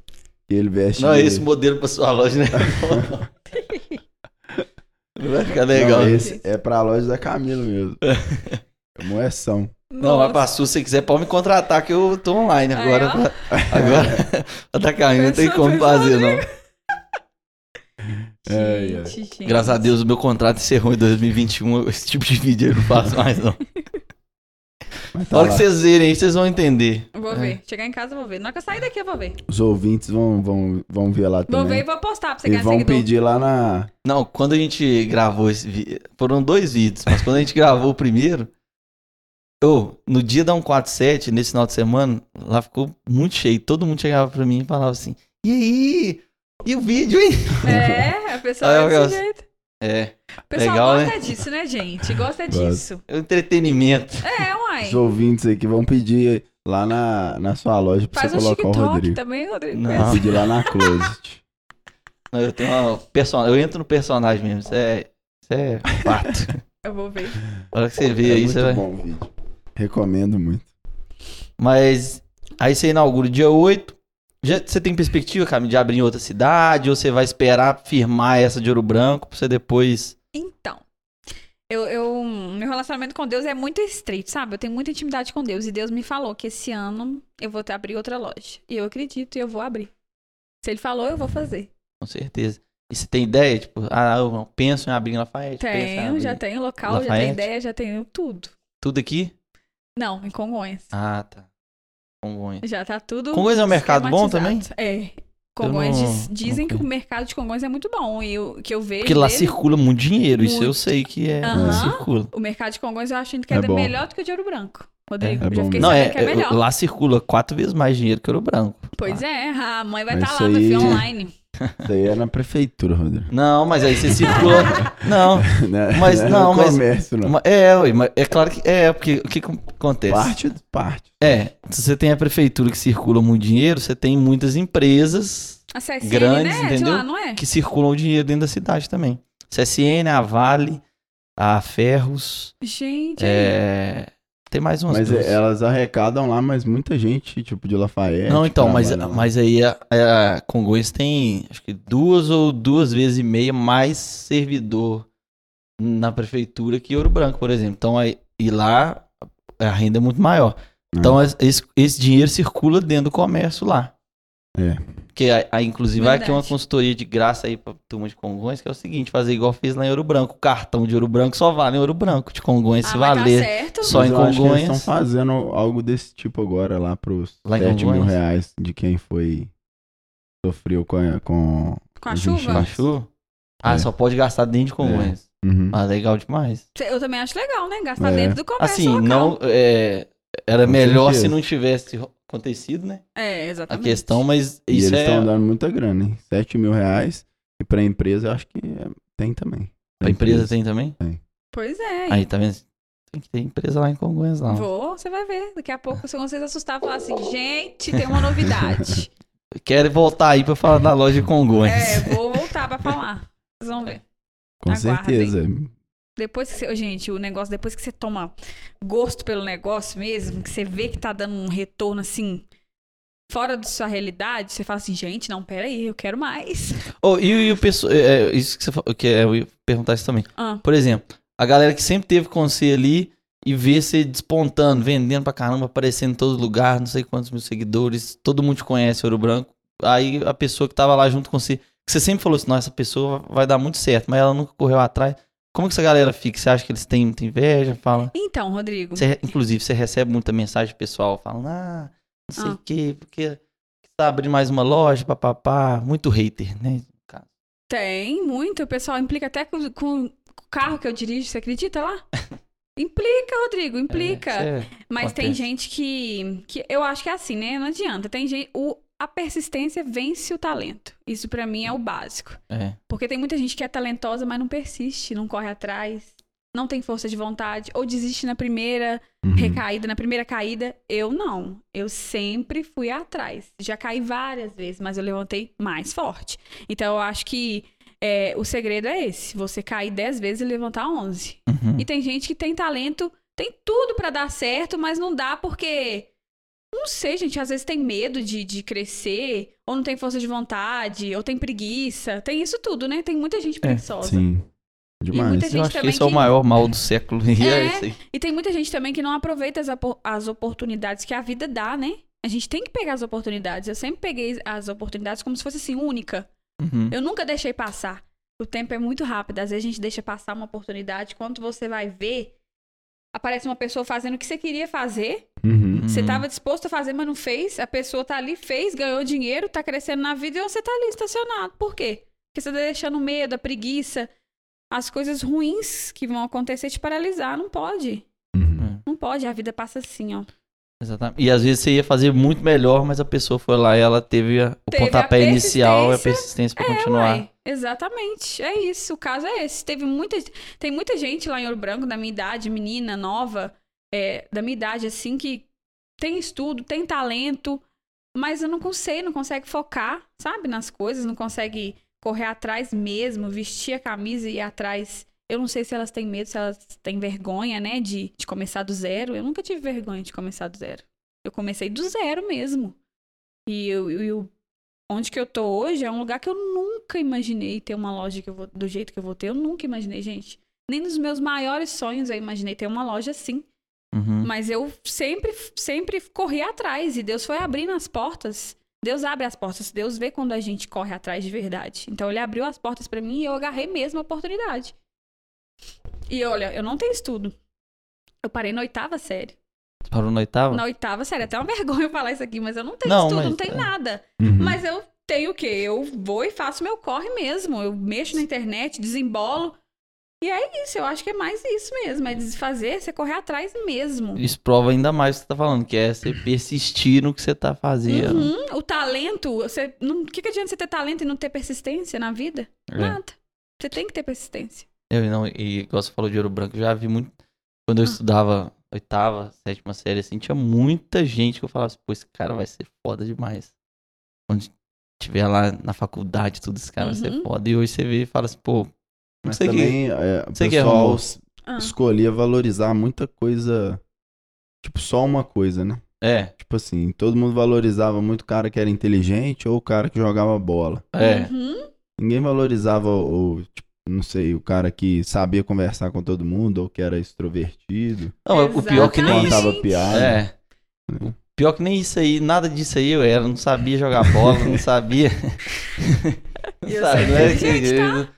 A: que Ele veste.
B: Não,
A: de-
B: esse modelo pra sua loja, né? Vai ficar
A: Não,
B: legal. Não,
A: esse é pra loja da Camila mesmo. É moeção.
B: mas pra sua, se você quiser, pode me contratar que eu tô online
C: Aí,
B: agora.
C: ó.
B: pra- agora, atacar, não tem
C: Pensou,
B: como
C: pensou,
B: fazer, não.
A: Ai, ai.
C: Gente, gente.
B: Graças a um. Deus o meu contrato encerrou em 2021. Esse tipo de vídeo eu não faço mais, não.
A: Mas
B: Na
A: tá
B: hora que
A: lá.
B: vocês verem aí, vocês vão entender.
C: Eu Vou
A: É.
C: ver. Chegar em casa, eu vou ver. Na hora que eu sair daqui, eu vou ver.
A: Os ouvintes vão, vão, vão ver lá
C: Vou ver e
A: também.
C: vou postar pra você
A: E
C: ganhar
A: vão
C: seguidor.
A: pedir lá na.
B: Não, quando a gente gravou esse vídeo. Foram dois vídeos, mas quando a gente gravou o primeiro. Eu, no dia da 147, nesse final de semana, lá ficou muito cheio. Todo mundo chegava pra mim e falava assim: E aí? E o vídeo, hein?
C: É, a pessoa
B: Ah, eu
C: é desse
B: gosto.
C: jeito.
B: É,
C: O pessoal
B: Legal,
C: gosta disso, né, gente?
A: Gosta.
C: Gosta disso.
B: é o entretenimento.
C: É, uai.
A: Os ouvintes aqui vão pedir lá na, na sua loja pra
C: Faz
A: você
C: um
A: colocar o
C: TikTok tá?
A: Rodrigo.
C: também, Rodrigo.
B: Não.
A: Vão pedir lá na closet.
B: Eu tenho uma person... Eu entro no personagem mesmo. Isso é, isso é fato.
C: Eu vou ver.
B: Na hora que você vê
A: é
B: aí,
A: muito
B: você vai.
A: bom o vídeo. Recomendo muito.
B: Mas aí você inaugura dia 8. Já, você tem perspectiva, Caminho, de abrir em outra cidade? Ou você vai esperar firmar essa de Ouro Branco pra você depois.
C: Então, eu, eu- meu relacionamento com Deus é muito estreito, sabe? Eu tenho muita intimidade com Deus e Deus me falou que esse ano eu vou ter- abrir outra loja. E eu acredito e eu vou abrir. Se ele falou, eu vou fazer.
B: Com certeza. E você tem ideia? Tipo, ah, eu não penso em abrir em Lafayette. penso em
C: Tenho,
B: abrir
C: já tenho local, já
B: Lafayette?
C: tenho ideia, já tenho tudo.
B: Tudo aqui?
C: Não, em Congonhas.
B: Ah, tá. Congonhas.
C: Já tá tudo.
B: Congonhas é um mercado bom
C: esquematizado. É. Congonhas
B: não-
C: diz-
B: não
C: dizem que o
B: conheço.
C: mercado de Congonhas é muito bom. E o que eu vejo.
B: Porque lá
C: dele-
B: circula muito dinheiro. Isso eu
C: Muito.
B: sei que é.
C: Aham.
B: Circula.
C: O mercado de Congonhas eu acho que
A: É
C: é, da-
A: bom.
C: melhor do que o de Ouro Branco. Rodrigo,
A: É
C: já
A: bom
C: fiquei
A: mesmo.
B: Não, é,
C: sabendo que é
B: é-
C: melhor.
B: lá circula quatro vezes mais dinheiro que Ouro Branco.
C: Pois é, a mãe vai
A: Mas
C: estar
A: isso
C: lá, vai ser
A: aí-
C: online.
A: Isso aí é na prefeitura, Rodrigo.
B: Não, mas aí você circula. não,
A: Né?
B: Mas
A: é
B: não,
A: no
B: mas-
A: comércio, não.
B: Ma- É, ué, mas é claro que é, porque o que que acontece?
A: Parte, parte.
B: É, se você tem a prefeitura que circula muito dinheiro, você tem muitas empresas
C: A CSN,
B: Grandes,
C: né? De
B: entendeu?
C: lá, não é?
B: que circulam o dinheiro dentro da cidade também. CSN, a Vale, a Ferros,
C: Gente, ah,
B: é, tem mais umas
A: Mas
B: duas.
A: é, elas arrecadam lá, mas muita gente, tipo, de Lafayette.
B: Não, então,
A: que
B: mas,
A: trabalha lá.
B: mas aí a, a Congonhas tem acho que duas ou duas vezes e meia mais servidor na prefeitura que Ouro Branco, por exemplo. Então, aí, e lá a renda é muito maior. Então, es- esse, esse dinheiro circula dentro do comércio lá.
A: É.
B: Que aí, aí, inclusive, vai ter uma
C: Verdade.
B: consultoria de graça aí pra turma de Congonhas, que é o seguinte, fazer igual fez lá em Ouro Branco. O cartão de Ouro Branco só vale em Ouro Branco. De Congonhas, se
C: ah, vai
B: valer
C: tá certo.
B: só
A: Mas
B: em
A: eu acho que eles
B: Congonhas.
A: estão fazendo algo desse tipo agora lá pros
B: Lá em
A: 7 mil
B: Congonhas?
A: reais de quem foi. Sofreu com. a- com...
C: Com a
A: Os
C: chuva.
A: enxames.
B: Achou? Ah,
A: É.
B: só pode gastar dentro de Congonhas.
A: Uhum.
B: Ah, legal demais.
C: Eu também acho legal, né? Gastar
A: É.
C: dentro do comércio
B: Assim,
C: local.
B: não. é, era
A: Com
B: melhor
A: certeza.
B: se não tivesse ro- acontecido, né?
C: É,
B: A
C: exatamente.
B: questão, mas
A: E
B: isso
A: eles
B: é.
A: estão dando muita grana, hein? 7 mil reais. E pra empresa, eu acho que é- tem também.
B: A empresa tem também?
C: Pois é.
B: Aí, tá vendo? Tem que ter empresa lá em Congonhas, lá.
C: Vou, você vai ver. Daqui a pouco, se vocês assustar, falar assim, gente, tem uma novidade.
B: Quero voltar aí pra falar da loja de
C: é,
B: Congonhas.
C: vou voltar pra falar. Vocês vão ver.
A: Com
C: Aguardem.
A: certeza.
C: Depois que você, gente, o negócio, depois que você toma gosto pelo negócio mesmo, que você vê que tá dando um retorno assim, fora da sua realidade, você fala assim, gente, não, peraí, eu quero mais.
B: Oh, e, e o pessoal. é, é, isso que você falou. Que é, eu ia perguntar isso também.
C: Ah,
B: Por exemplo, a galera que sempre teve com você ali e vê você despontando, vendendo pra caramba, aparecendo em todo lugar, não sei quantos mil seguidores, todo mundo te conhece, Ouro Branco. Aí a pessoa que tava lá junto com você, que você sempre falou assim, nossa, essa pessoa vai dar muito certo, mas ela nunca correu atrás. Como que essa galera fica? Você acha que eles têm muita inveja? Fala.
C: então, Rodrigo.
B: Você- inclusive, você recebe muita mensagem pessoal falando, ah, não sei o
C: Ah.
B: quê, porque você tá abrindo mais uma loja, papapá. Muito hater, né?
C: Tem muito, o pessoal implica até com, com o carro que eu dirijo, você acredita lá? Implica, Rodrigo, implica.
B: É, isso é-
C: Mas tem
B: acontece.
C: gente que, que. Eu acho que é assim, né? Não adianta. Tem gente. O, a persistência vence o talento. Isso pra mim é o básico.
B: é.
C: Porque tem muita gente que é talentosa, mas não persiste, não corre atrás, não tem força de vontade, ou desiste na primeira
A: Uhum.
C: recaída, na primeira caída. Eu não. Eu sempre fui atrás. Já caí várias vezes, mas eu levantei mais forte. Então eu acho que é, o segredo é esse: você cair 10 vezes e levantar 11.
B: Uhum.
C: E tem gente que tem talento, tem tudo pra dar certo, mas não dá porque. Não sei, gente. Às vezes tem medo de, de crescer, ou não tem força de vontade, ou tem preguiça. Tem isso tudo, né? Tem muita gente preguiçosa.
A: Sim. É Demais.
C: muita
B: Eu
C: gente
B: acho que
C: também
B: esse é o
C: que-
B: maior mal do século. E é,
C: É.
B: isso aí.
C: e tem muita gente também que não aproveita as, apo- as oportunidades que a vida dá, né? A gente tem que pegar as oportunidades. Eu sempre peguei as oportunidades como se fosse assim, única.
B: Uhum.
C: Eu nunca deixei passar. O tempo é muito rápido. Às vezes a gente deixa passar uma oportunidade. Quando você vai ver, aparece uma pessoa fazendo o que você queria fazer,
A: Uhum.
C: você
B: Uhum.
C: tava disposto a fazer, mas não fez, a pessoa tá ali, fez, ganhou dinheiro, tá crescendo na vida e você tá ali estacionado. Por quê? Porque você tá deixando o medo, a preguiça, as coisas ruins que vão acontecer te paralisar. Não pode.
A: Uhum.
C: Não pode. A vida passa assim, ó.
B: Exatamente. E às vezes você ia fazer muito melhor, mas a pessoa foi lá e ela teve a- o
C: Teve a
B: pontapé inicial e a
C: persistência.
B: persistência pra
C: É,
B: continuar.
C: uai, exatamente. É isso. O caso é esse. Teve muita, tem muita gente lá em Ouro Branco, da minha idade, menina, nova, é, da minha idade, assim, que tem estudo, tem talento, mas eu não consegue, não consegue focar, sabe, nas coisas, não consegue correr atrás mesmo, vestir a camisa e ir atrás. Eu não sei se elas têm medo, se elas têm vergonha, né, de, de começar do zero. Eu nunca tive vergonha de começar do zero. Eu comecei do zero mesmo. E eu, eu, eu- onde que eu tô hoje é um lugar que eu nunca imaginei ter uma loja que eu vou, do jeito que eu vou ter. Eu nunca imaginei, gente. Nem nos meus maiores sonhos eu imaginei ter uma loja assim.
B: Uhum.
C: Mas eu sempre, sempre corri atrás e Deus foi abrindo as portas. Deus abre as portas, Deus vê quando a gente corre atrás de verdade. Então ele abriu as portas pra mim e eu agarrei mesmo a oportunidade. E olha, eu não tenho estudo. Eu parei na oitava série.
B: Você Parou na oitava?
C: Na oitava série, até uma vergonha eu falar isso aqui, mas eu não tenho
B: Não,
C: estudo,
B: mas-
C: não tenho
B: é.
C: nada.
A: Uhum.
C: Mas eu tenho o quê? Eu vou e faço meu corre mesmo. Eu mexo na internet, desembolo. E é isso, eu acho que é mais isso mesmo. É desfazer, você correr atrás mesmo.
B: Isso prova ainda mais o que você tá falando, que é você persistir no que você tá fazendo.
C: Uhum, o talento, você. não- O que, que adianta você ter talento e não ter persistência na vida?
B: É.
C: Nada. Você tem que ter persistência.
B: Eu não, e igual você falou de ouro branco, eu já vi muito. Quando
C: Ah.
B: eu estudava oitava, sétima série, assim, tinha muita gente que eu falava assim, pô, esse cara vai ser foda demais. Quando tiver lá na faculdade, tudo, esse cara vai
C: Uhum.
B: ser foda. E hoje você vê e fala assim, pô,
A: Mas
B: sei que-
A: também é, o
B: sei que
A: pessoal
B: arrumou.
A: s-
C: Ah,
A: escolhia valorizar muita coisa, tipo, só uma coisa, né?
B: é,
A: Tipo assim, todo mundo valorizava muito o cara que era inteligente ou o cara que jogava bola.
B: é.
C: uhum,
A: Ninguém valorizava o, o, tipo, não sei, o cara que sabia conversar com todo mundo ou que era extrovertido,
B: Não, é, o pior que nem isso.
A: contava
C: Gente.
A: piada.
B: É. O pior que nem isso aí, nada disso aí eu era. Não sabia jogar bola, não sabia. não,
C: E eu
B: sabia,
C: sou
B: não era
C: inteligente,
B: inteligente,
C: tá?
B: não-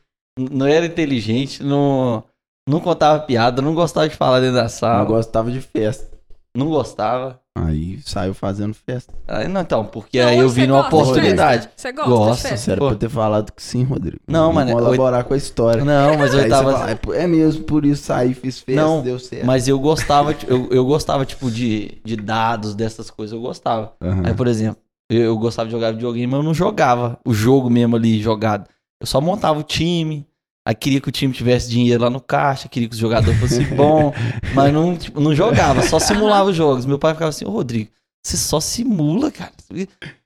B: não era inteligente, não, não contava piada, não gostava de falar dentro da sala,
A: não gostava de festa.
B: não gostava.
A: Aí saiu fazendo festa.
B: Aí, não, então, porque
C: Não,
B: aí eu
C: hoje
B: vi
C: você
B: numa
C: gosta de
B: oportunidade.
C: festa? Você gosta
B: Gosto,
C: de festa?
A: Você era
B: É, Pô.
A: pra ter falado que sim, Rodrigo.
B: Não,
A: Vamos
B: mano,
A: colaborar com a história.
B: Não, mas eu
A: Aí você
B: tava.
A: fala, "É por- é mesmo, por isso saí, fiz festa,
B: Não,
A: deu certo.
B: Mas eu gostava, ti- eu, eu gostava, tipo, de, de dados, dessas coisas, eu gostava.
A: Aham.
C: É.
B: Aí, por exemplo, eu, eu gostava de jogar videogame, mas eu não jogava o jogo mesmo ali jogado. Eu só montava o time. Aí queria que o time tivesse dinheiro lá no caixa, queria que o jogador fosse bom, mas não, tipo, não jogava, só simulava os jogos. Meu pai ficava assim, ô Rodrigo, você só simula, cara. Por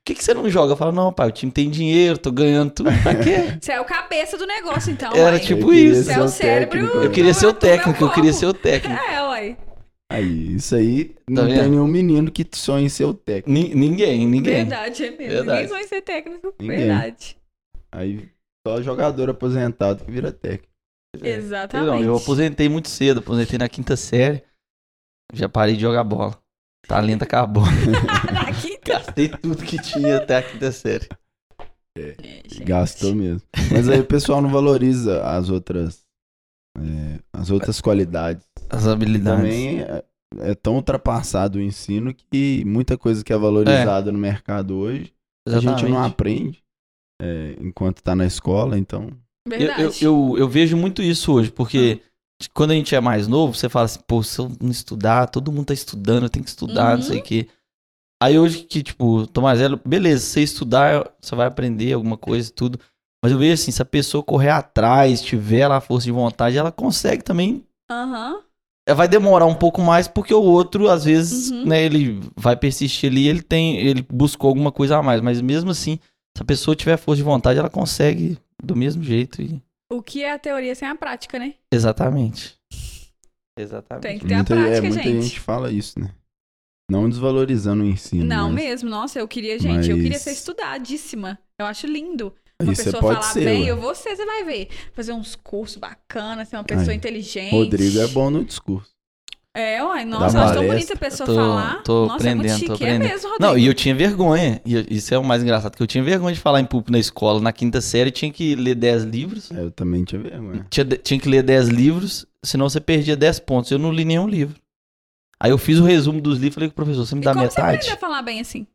B: que, que você não joga? Eu falava, não, pai, o time tem dinheiro, tô ganhando tudo, pra quê?
C: Você é o cabeça do negócio, então.
B: Era
C: uai.
A: Eu
B: tipo
A: queria
B: isso.
A: ser
C: É o
A: o
C: cérebro.
A: técnico,
B: Eu
A: né?
B: queria ser o
C: Não, eu tô
B: técnico, eu
C: meu
B: queria
C: foco.
B: ser o técnico.
C: É, uai.
A: Aí, isso aí não
B: Tá vendo?
A: tem nenhum menino que sonhe em ser o técnico.
B: Ni- ninguém, ninguém.
C: Verdade, é mesmo.
B: Verdade.
C: Ninguém vai ser técnico.
A: Ninguém.
C: Verdade.
A: Aí só jogador aposentado que vira técnico.
B: É. Eu
C: Exatamente.
B: Não, eu aposentei muito cedo, aposentei na quinta série. Já parei de jogar bola. Talento acabou.
C: Daqui,
B: Gastei tudo que tinha até a quinta série.
C: gente.
A: Gastou mesmo. Mas aí o pessoal não valoriza as outras é, as outras qualidades.
B: As habilidades.
A: Também é, é tão ultrapassado o ensino que muita coisa que é valorizada no mercado hoje, a gente não
B: Exatamente.
A: aprende é, enquanto tá na escola, então.
B: Eu,
C: Verdade.
B: eu, eu, eu vejo muito isso hoje, porque quando a gente é mais novo, você fala assim, pô, se eu não estudar, todo mundo tá estudando, eu tenho que estudar, não sei o quê. Aí hoje que, tipo, tô mais velho, beleza, se você estudar, você vai aprender alguma coisa e tudo. Mas eu vejo assim, se a pessoa correr atrás, tiver lá a força de vontade, ela consegue também
C: Aham.
B: É, vai demorar um pouco mais porque o outro às vezes
C: Uhum.
B: né ele vai persistir ali ele tem ele buscou alguma coisa a mais mas mesmo assim se a pessoa tiver força de vontade ela consegue do mesmo jeito e...
C: O que é a teoria sem a prática, né?
B: exatamente exatamente
C: Tem que ter
A: Muita,
C: a prática,
A: é, muita
C: gente.
A: gente fala isso, né? Não desvalorizando o ensino. né?
C: Não
A: mas
C: mesmo, nossa, eu queria, gente, eu
A: Mas-
C: queria ser estudadíssima. Eu acho lindo. Uma
A: Aí você
C: pessoa
A: é pode
C: falar
A: ser.
C: bem,
A: ué.
C: eu vou ser, você vai ver. Fazer uns cursos bacanas, ser uma pessoa
A: Aí,
C: inteligente.
A: Rodrigo é bom no discurso.
C: É, uai, nossa, eu acho tão
A: palestra.
C: bonita a pessoa
B: Tô-
C: falar.
B: tô
C: nossa, é
B: aprendendo,
C: muito
B: tô
C: chique.
B: aprendendo.
C: É mesmo, Rodrigo.
B: Não, e eu tinha vergonha. E eu- isso é o mais engraçado, que eu tinha vergonha de falar em público na escola. Na quinta série, tinha que ler 10 livros.
A: É, Eu também tinha vergonha.
B: Tinha, tinha que ler 10 livros. senão você perdia 10 pontos. Eu não li nenhum livro. Aí eu fiz o resumo dos livros e falei com o professor, você me
C: E
B: dá
C: como você
B: metade?
C: aprendeu a falar bem assim?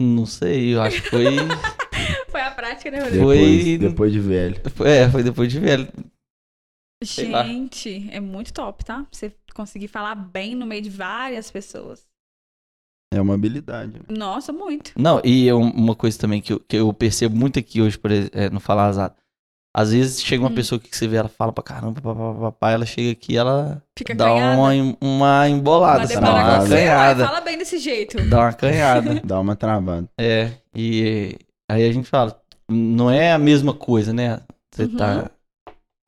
B: Não sei, eu acho que foi.
C: Foi a prática, né, Rodrigo?
B: Foi-
A: Depois, depois de velho.
B: foi- é, foi depois de velho. sei lá.
C: Gente, é muito top, tá? Você conseguir falar bem no meio de várias pessoas.
A: É uma habilidade. né?
C: Nossa, muito.
B: Não, e é um- uma coisa também que eu, que eu percebo muito aqui hoje, por ex- é, no Falar Azar. Às vezes chega uma
C: Hum.
B: pessoa que você vê, ela fala pra caramba, papai, ela chega aqui, ela
C: Fica
B: dá
C: canhada.
B: uma, em- uma embolada,
C: né?
B: assim,
C: Vai
A: deparar
B: uma
A: com você,
C: Ué,
B: canhada.
C: fala bem desse jeito.
B: Dá uma canhada.
A: Dá uma travada.
B: é, e aí a gente fala, não é a mesma coisa, né? Você
C: Uhum.
B: tá.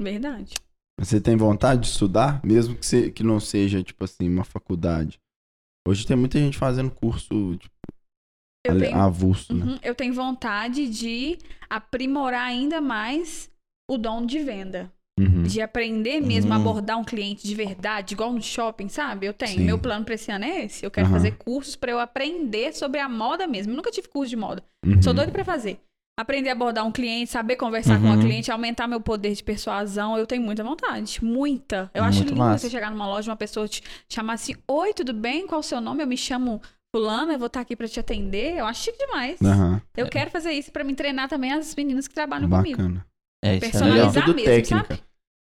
C: Verdade.
A: Você tem vontade de estudar? Mesmo que, se- que não seja, tipo assim, uma faculdade. Hoje tem muita gente fazendo curso tipo,
C: Eu
A: ale-
C: tenho
A: avulso, né?
C: Uhum, Eu tenho vontade de aprimorar ainda mais o dom de venda.
A: Uhum.
C: De aprender mesmo a
B: Hum.
C: abordar um cliente de verdade, igual no shopping, sabe? Eu tenho.
A: Sim.
C: Meu plano pra esse ano é esse. Eu quero
A: Aham.
C: fazer cursos pra eu aprender sobre a moda mesmo. Eu nunca tive curso de moda.
A: uhum.
C: Sou doida pra fazer. Aprender a abordar um cliente, saber conversar com
B: Uhum.
C: o cliente, aumentar meu poder de persuasão. Eu tenho muita vontade. Muita. Eu acho
B: Muito
C: lindo
B: massa.
C: você chegar numa loja, uma pessoa te chamar assim: Oi, tudo bem? Qual o seu nome? Eu me chamo Fulana, eu vou estar aqui pra te atender. Eu acho chique demais.
A: Aham. É.
C: Eu quero fazer isso pra me treinar também as meninas que trabalham comigo.
A: Bacana.
B: É, isso é legal.
C: Personalizar
A: Tudo
C: mesmo,
A: técnica.
C: sabe?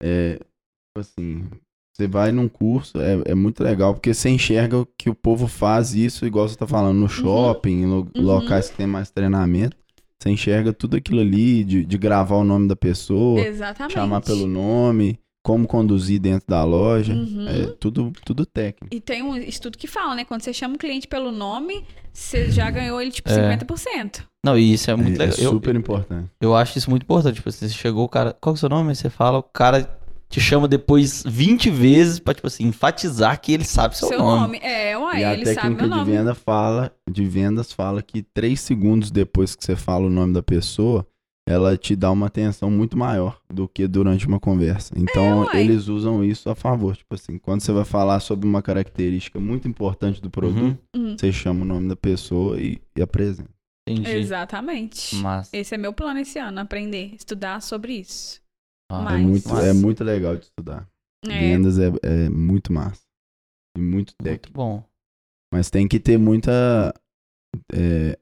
A: É, tipo assim, você vai num curso, é, é muito legal, porque você enxerga o que o povo faz isso, igual você tá falando, no shopping, em lo-
C: Uhum.
A: locais que tem mais treinamento. Você enxerga tudo aquilo ali, de, de gravar o nome da pessoa,
C: Exatamente.
A: chamar pelo nome, como conduzir dentro da loja.
C: Uhum.
A: É tudo, tudo técnico.
C: E tem um estudo que fala, né? Quando você chama o cliente pelo nome, você já ganhou ele tipo
B: É.
C: 50%.
B: Não, e isso é muito
A: é, é
B: legal. Eu-
A: super importante.
B: Eu acho isso muito importante. Tipo, assim, você chegou, o cara. Qual que é o seu nome? Aí Você fala, o cara te chama depois 20 vezes pra, tipo assim, enfatizar que ele sabe seu,
C: Seu
B: nome.
C: nome. É, uai,
A: e a
C: ele sabe meu
A: técnica de
C: nome.
A: venda fala, de vendas fala que três segundos depois que você fala o nome da pessoa, ela te dá uma atenção muito maior do que durante uma conversa. Então
C: É, uai.
A: eles usam isso a favor, tipo assim, quando você vai falar sobre uma característica muito importante do produto,
C: Uhum.
A: você chama o nome da pessoa e, e apresenta.
B: Entendi.
C: Exatamente.
B: Mas,
C: Esse é meu plano esse ano, aprender, estudar sobre isso.
A: É
C: Mas-
A: muito,
B: mas-
A: é muito legal de estudar.
C: É,
A: Vendas é, é muito massa e muito técnico.
B: muito bom.
A: Mas tem que ter muita é,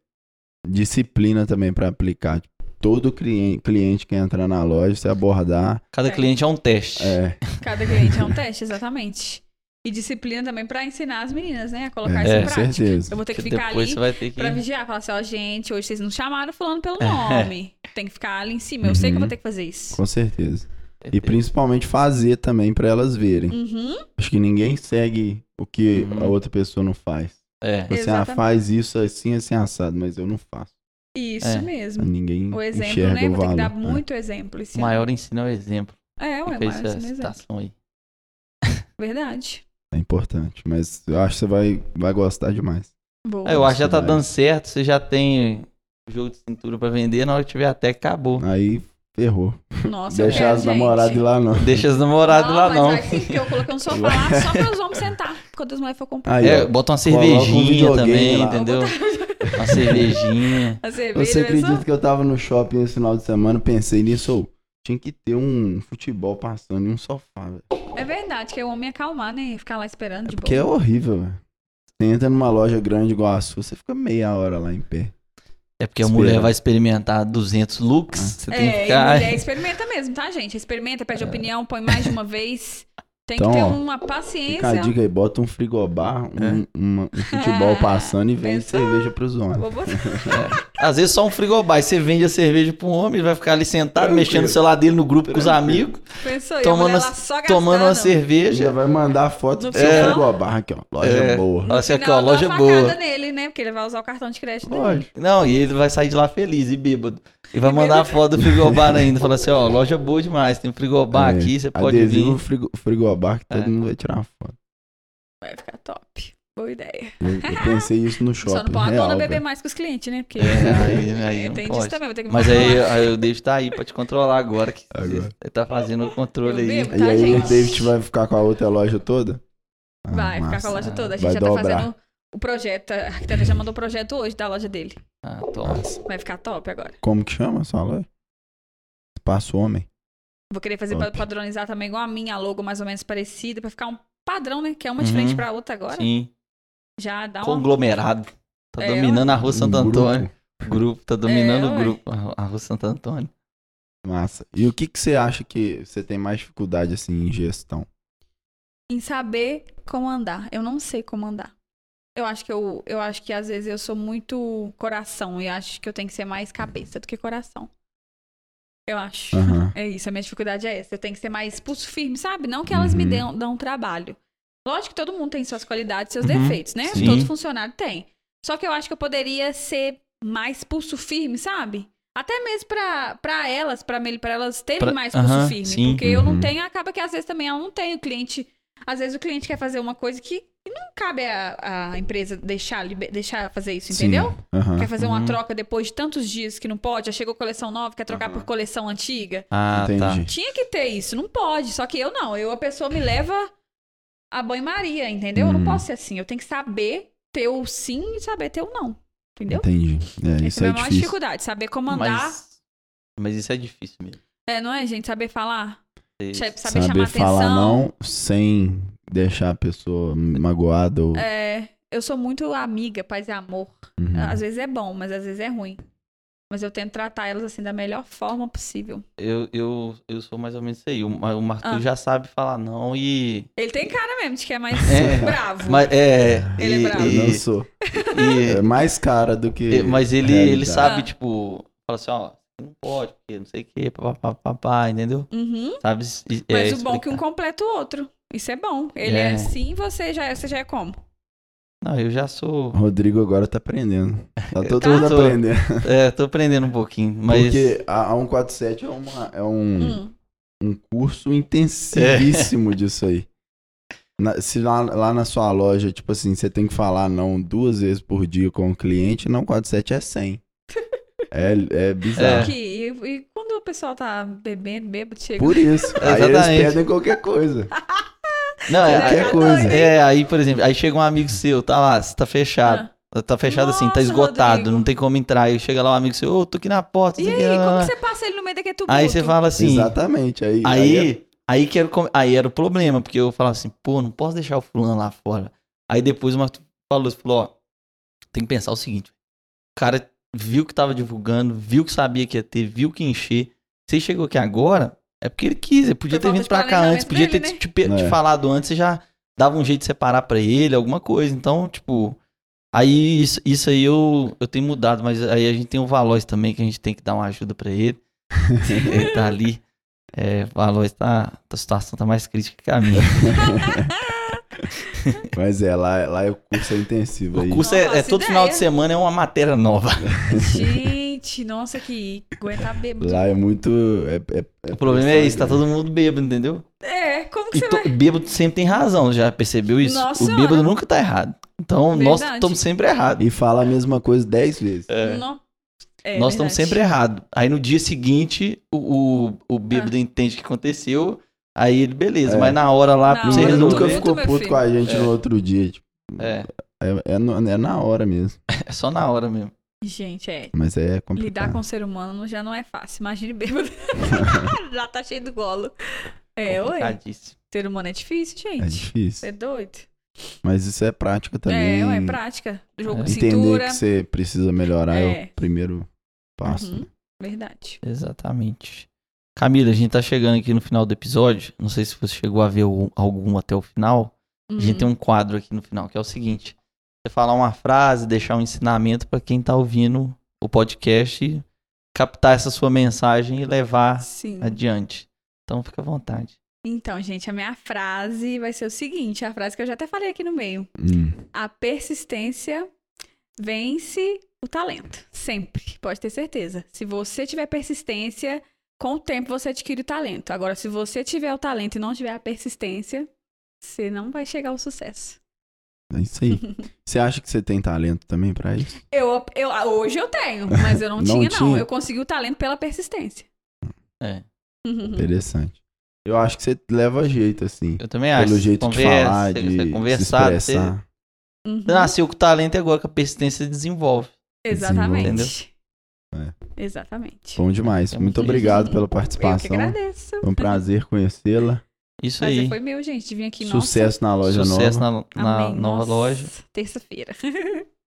A: disciplina também para aplicar. Tipo, Todo cliente, cliente que entrar na loja, você abordar.
B: Cada
C: É.
B: cliente é um teste.
A: É,
C: cada cliente é um teste, exatamente. E disciplina também pra ensinar as meninas, né? A
A: é,
C: colocar isso em
A: com
C: prática.
A: certeza.
C: Eu vou ter que
B: Que
C: ficar
B: depois
C: ali
B: você vai ter que.
C: Pra vigiar, falar assim, ó, gente, hoje vocês não chamaram fulano pelo
B: É.
C: nome. Tem que ficar ali em cima. Eu sei que eu
A: Uhum.
C: vou ter que fazer isso.
A: Com certeza.
B: ter-
A: E principalmente fazer também para elas verem.
C: Uhum,
A: Acho que ninguém segue o que
B: Uhum.
A: a outra pessoa não faz.
B: É.
A: Tipo Assim, ah,
C: Exatamente.
A: faz isso assim, assim, assado, mas eu não faço.
C: isso
B: É.
C: mesmo.
A: Ninguém
C: Hum. O exemplo,
A: enxerga
C: né?
A: o
C: Vou ter que
A: valor.
C: dar
A: né?
C: muito exemplo
B: O
C: esse ano.
B: maior ensino é o exemplo.
C: É, ué,
B: Fica
C: maior
B: essa
C: ensino exemplo.
B: citação aí.
C: Verdade.
A: É importante. Mas eu acho que você vai, vai gostar demais.
C: Boa.
B: É, eu acho que já tá
A: Vai.
B: dando certo, você já tem jogo de cintura pra vender, na hora que tiver a tech, acabou.
A: Aí ferrou.
C: Nossa, eu
A: Deixar
C: quero,
A: as namoradas ir
C: gente.
A: lá, não.
B: Deixa as namoradas
C: Não,
B: lá
C: mas
B: não.
C: vai sim, porque eu coloquei um sofá lá só pra os homens sentar. Quando as mulheres for comprar.
A: Aí,
B: É,
A: ó.
B: bota uma
A: Coloca um
B: cervejinha
A: videogame
B: também,
A: lá.
B: entendeu?
C: um
B: Uma cervejinha.
C: A cerveja,
A: Você
C: pessoal?
A: acredita que eu tava no shopping esse final de semana, pensei nisso, ou tinha que ter um futebol passando em um sofá, velho.
C: É verdade, que é o homem acalmar, né? Ficar lá esperando de
A: Porque é
C: boa.
A: horrível, velho. Você entra numa loja grande igual a sua, você fica meia hora lá em pé.
B: É porque
A: Espera.
B: a
A: Ah.
B: mulher vai experimentar 200 looks, você tem que
C: É, e
B: ficar... É.
C: mulher experimenta mesmo, tá, gente? Experimenta, pede opinião, põe mais de uma vez. Tem
A: Então,
C: que ter
A: ó,
C: uma
A: Fica a
C: paciência.
A: dica aí, bota um frigobar, um,
B: É.
A: uma- um futebol passando e vende
C: Pensou?
A: cerveja pros homens.
C: Vou botar.
B: Às vezes só um frigobar, aí você vende a cerveja pra um homem, ele vai ficar ali sentado,
A: Tranquilo.
B: mexendo no celular dele no grupo com os
A: Tranquilo.
B: amigos,
C: Pensou? E a
B: Tomando
C: mulher
B: as-
C: lá só gastando.
B: tomando uma
A: Já
B: cerveja.
A: vai mandar foto
C: No
A: do seu
C: final?
A: frigobar aqui, ó. Loja
B: É.
A: boa.
B: Olha assim,
C: Final,
B: aqui, ó,
C: dá uma
B: loja
C: facada
B: boa.
C: nele, né? Porque ele vai usar o cartão de crédito dele.
A: Lógico.
B: Não, e ele vai sair de lá feliz e bêbado. E vai mandar a foto do frigobar ainda, falar assim, ó, loja boa demais, tem um frigobar
A: É,
B: aqui, você pode
A: Adesivo
B: vir.
A: frigo, frigobar que todo
B: É.
A: mundo vai tirar foto.
C: Vai ficar top. Boa ideia.
A: Eu, eu pensei isso no shopping.
C: Só não pode a
A: real,
C: dona beber
A: velho.
C: mais com os clientes, né? Porque
B: É, né? aí- aí não
C: tem
B: pode.
C: disso também, vou ter que me
B: Mas aí,
C: controlar.
B: aí o David tá aí pra te controlar agora, que
A: Agora.
B: você tá fazendo o
C: Eu
B: controle aí.
C: bebo.
A: E
C: Tá,
A: aí
C: gente?
A: o David vai ficar com a outra loja toda? Ah,
C: Vai ficar
A: massa.
C: com a loja toda. A gente
A: Vai
C: já tá
A: dobrar.
C: fazendo o projeto. A arquiteta já mandou o projeto hoje da loja dele.
B: Ah, top.
A: Massa.
C: Vai ficar top agora.
A: Como que chama essa loja? Espaço Homem.
C: Vou querer fazer
A: Top.
C: pa- padronizar também igual a minha, a logo mais ou menos parecida, pra ficar um padrão, né? Que é uma
B: Uhum.
C: diferente pra outra agora.
B: Sim.
C: Já dá um uma.
B: Conglomerado. Tá
C: É,
B: dominando a Rua Santo
A: Um grupo.
B: Antônio. Grupo, tá dominando
C: É,
B: o
C: ué.
B: grupo. a- A Rua Santo Antônio.
A: Massa. E o que que você acha que você tem mais dificuldade, assim, em gestão?
C: Em saber como andar. Eu não sei como andar. Eu acho que eu, eu acho que às vezes eu sou muito coração e acho que eu tenho que ser mais cabeça do que coração. Eu acho.
B: Uhum.
A: Aham.
C: É isso, a minha dificuldade é essa. Eu tenho que ser mais pulso firme, sabe? Não que elas me
A: Uhum.
C: dão, dão um trabalho. Lógico que todo mundo tem suas qualidades, seus
B: Uhum.
C: defeitos, né?
B: Sim.
C: Todo funcionário tem. Só que eu acho que eu poderia ser mais pulso firme, sabe? Até mesmo pra, pra elas, pra, Meli, pra elas terem
B: Pra-
C: mais pulso
B: aham,
C: firme.
B: sim.
C: Porque eu não
A: Uhum.
C: tenho, acaba que às vezes também ela não tem. O cliente, às vezes o cliente quer fazer uma coisa que, que não cabe a, a empresa deixar, liber- deixar fazer isso,
A: Sim.
C: entendeu?
A: Aham.
C: Quer fazer
B: Uhum.
C: uma troca depois de tantos dias que não pode, já chegou coleção nova, quer trocar
A: Aham.
C: por coleção antiga.
B: Ah, tá.
A: Entendi.
C: Tinha que ter isso, não pode. Só que eu não. Eu, a pessoa me leva a banho-maria, entendeu? Eu
A: Hum.
C: não posso ser assim. Eu tenho que saber ter o sim e saber ter o não. Entendeu?
A: Entendi. É, isso
C: Essa é a
A: é
C: minha maior
A: difícil.
C: dificuldade. Saber como andar.
B: Mas, mas isso é difícil mesmo.
C: É, não é, gente? Saber falar.
B: Isso.
C: Saber,
A: Saber
C: chamar
A: falar
C: atenção.
A: não sem deixar a pessoa magoada ou...
C: É, eu sou muito amiga, paz e amor.
A: Uhum.
C: Às vezes é bom, mas às vezes é ruim. Mas eu tento tratar elas assim da melhor forma possível.
B: Eu, eu, eu sou mais ou menos isso aí. O, Ma- o Marco
C: Ah.
B: já sabe falar não e.
C: Ele tem cara mesmo de que é mais
B: É,
C: bravo.
B: Mas, é,
C: Ele é
B: e-
C: bravo.
A: Eu não
B: e-
A: sou.
B: e-
A: É mais cara do que...
B: É, Mas ele, ele
A: realidade.
B: sabe,
C: Ah.
B: tipo, fala assim, ó, você não pode, porque não sei o que, papapá, papapá, entendeu?
C: Uhum.
B: Sabe? se- é,
C: Mas o bom é que um
B: explicar.
C: completa o outro. Isso é bom. Ele é,
B: É.
C: assim, você já é, você já é como?
B: Não, eu já sou.
A: Rodrigo agora tá aprendendo. Tá todo
C: Tá.
A: mundo
B: Tô.
A: aprendendo.
B: É, tô aprendendo um pouquinho, mas.
A: Porque a, a 147 é, uma, é um,
C: Hum.
A: um curso
B: É.
A: intensivíssimo disso aí. Na- se lá, lá na sua loja, tipo assim, você tem que falar não duas vezes por dia com o cliente, não 47 é 100. É, é bizarro.
C: Que, e, e quando o pessoal tá bebendo, bêbado, chega.
A: Por isso. aí eles
B: Exatamente.
A: pedem qualquer coisa.
B: Não, é,
A: Qualquer coisa.
B: é, aí, por exemplo, aí chega um amigo seu, tá lá, você tá
C: Ah,
B: fechado. Tá fechado assim, tá
C: Nossa,
B: esgotado,
C: Rodrigo.
B: não tem como entrar. Aí chega lá um amigo seu, ô, tô aqui na porta,
C: E
B: não sei o que,
C: aí,
B: lá, lá,
C: como
B: lá.
C: que você passa ele no meio daquele tumulto?
B: Aí você fala assim.
A: Exatamente. Aí, aí é-
B: Aí, aí, que era, o com- aí era o problema, porque eu falava assim, pô, não posso deixar o fulano lá fora. Aí depois o Marcos falou, assim, falou, ó, tem que pensar o seguinte, o cara viu que tava divulgando, viu que sabia que ia ter, viu que ia encher, você chegou aqui agora, é porque ele quis, ele podia
C: Foi
B: ter
C: falta
B: vindo
C: de
B: pra cá
C: planejamento
B: antes, podia ter
C: dele, né?
B: te, pe- te
A: É.
B: falado antes, você já dava um jeito de separar pra ele, alguma coisa, então, tipo... Aí, isso, isso aí eu, eu tenho mudado, mas aí a gente tem o Valois também, que a gente tem que dar uma ajuda pra ele. ele tá ali. É, Valois tá. A situação tá mais crítica que a
A: É
B: minha.
A: Mas é, lá, lá o curso é intensivo.
B: O
A: aí.
B: curso
C: Não
B: é, é
C: faço
B: todo
C: ideia.
B: final de semana é uma matéria nova.
C: Gente, nossa, que aguentar bêbado.
A: Lá é muito. É, é-
B: O problema é isso, tá todo mundo bêbado, entendeu?
C: É, como que
B: E
C: você
B: to,
C: vai.
B: bêbado sempre tem razão, já percebeu isso?
C: Nossa
B: o
C: Senhora.
B: bêbado nunca tá errado. Então nós
C: Verdade.
B: estamos sempre errados.
A: E fala a mesma coisa dez vezes.
B: É.
C: Não- É,
B: nós estamos
C: verdade.
B: sempre errados. Aí no dia seguinte, o, o, o
C: Ah.
B: bêbado entende o que aconteceu. Aí ele, beleza,
A: É.
B: mas na hora lá,
C: Na
B: pra você
A: Ele
C: hora do
A: nunca
C: tumulto,
B: resolver.
A: ficou
C: meu
A: puto
C: filho.
A: com a gente
B: É.
A: no outro dia. Tipo,
B: É,
A: é, é no- é na hora mesmo.
B: é só na hora mesmo.
C: Gente, é.
A: Mas é complicado.
C: Lidar com o ser humano já não é fácil. Imagine bêbado. já tá cheio do golo. É, ué.
B: Complicadíssimo.
C: Ser humano é difícil,
A: É
C: gente.
A: difícil.
C: Você é doido.
A: Mas isso é prática também.
C: É, ué, prática. Jogo
B: É.
C: de
A: Entender
C: cintura.
A: que você precisa melhorar é,
C: É.
A: o primeiro passo. né?
C: Uhum, Verdade.
B: Exatamente. Camila, a gente tá chegando aqui no final do episódio. Não sei se você chegou a ver algum, algum até o final. A
C: Hum,
B: gente
C: Uhum.
B: tem um quadro aqui no final, que é o seguinte: você falar uma frase, deixar um ensinamento pra quem tá ouvindo o podcast, captar essa sua mensagem e levar
C: Sim.
B: adiante. Então fica à vontade.
C: Então, gente, a minha frase vai ser o seguinte: a frase que eu já até falei aqui no meio.
A: Hum,
C: A persistência vence o talento. Sempre. Pode ter certeza. Se você tiver persistência, com o tempo você adquire o talento. Agora, se você tiver o talento e não tiver a persistência, você não vai chegar ao sucesso.
A: é isso aí. Você acha que você tem talento também pra isso?
C: Eu, eu, hoje eu tenho, mas eu não,
A: Não
C: tinha, não.
A: tinha.
C: Eu consegui o talento pela persistência. Uhum.
B: É.
A: Interessante. Eu acho que você leva jeito, assim.
B: Eu também acho.
A: Pelo jeito de
B: Conversa,
A: falar,
B: você-
A: de
B: você
A: se
B: conversar, você-
A: expressar.
B: Ah, tá é
C: Uhum.
B: Você nasceu com talento e agora com a persistência desenvolve.
C: Exatamente.
B: Desenvolve.
A: É.
C: Exatamente.
A: Bom demais.
B: É
A: Muito
B: muito
A: obrigado pela
C: Eu que
A: participação.
C: agradeço.
A: Foi um prazer conhecê-la.
B: Isso
C: Prazer
B: aí.
C: foi meu, gente, de vir aqui.
A: Sucesso na
B: Sucesso
A: loja nova.
B: na, na
C: Amém.
B: nova
C: Nossa,
B: loja.
C: Terça-feira.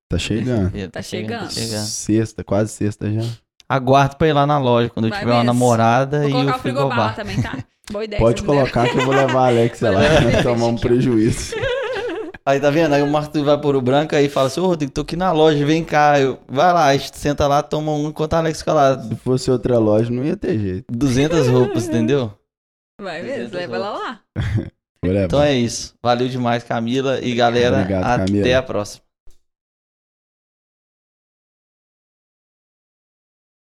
A: Tá chegando.
C: Tá chegando.
B: chegando.
A: Sexta, quase sexta já.
B: Aguardo pra ir lá na loja quando eu
C: Vai
B: tiver uma
C: mesmo.
B: namorada
C: Vou
B: e o
C: colocar o frigobar lá
B: frigobar.
C: também, tá? Boa ideia.
A: Pode
C: se vocês
A: colocar que eu vou levar a Alexia lá
C: Vai lá,
A: pra
C: vai
A: tomar um
C: lá,
A: prejuízo.
B: Aí tá vendo? Aí o Marco vai por o branco aí e fala assim, ô Rodrigo, tô aqui na loja, vem cá. Eu, vai lá, aí senta lá, toma um, enquanto a Alex fica lá,
A: Se fosse outra loja, não ia ter jeito.
B: 200 roupas, entendeu?
A: Tá
C: quiserem. Vai mesmo, leva ela lá.
A: Vou levar.
B: é Então é isso. Valeu demais, Camila. E galera,
A: Obrigado,
B: até
A: Camila.
B: a próxima.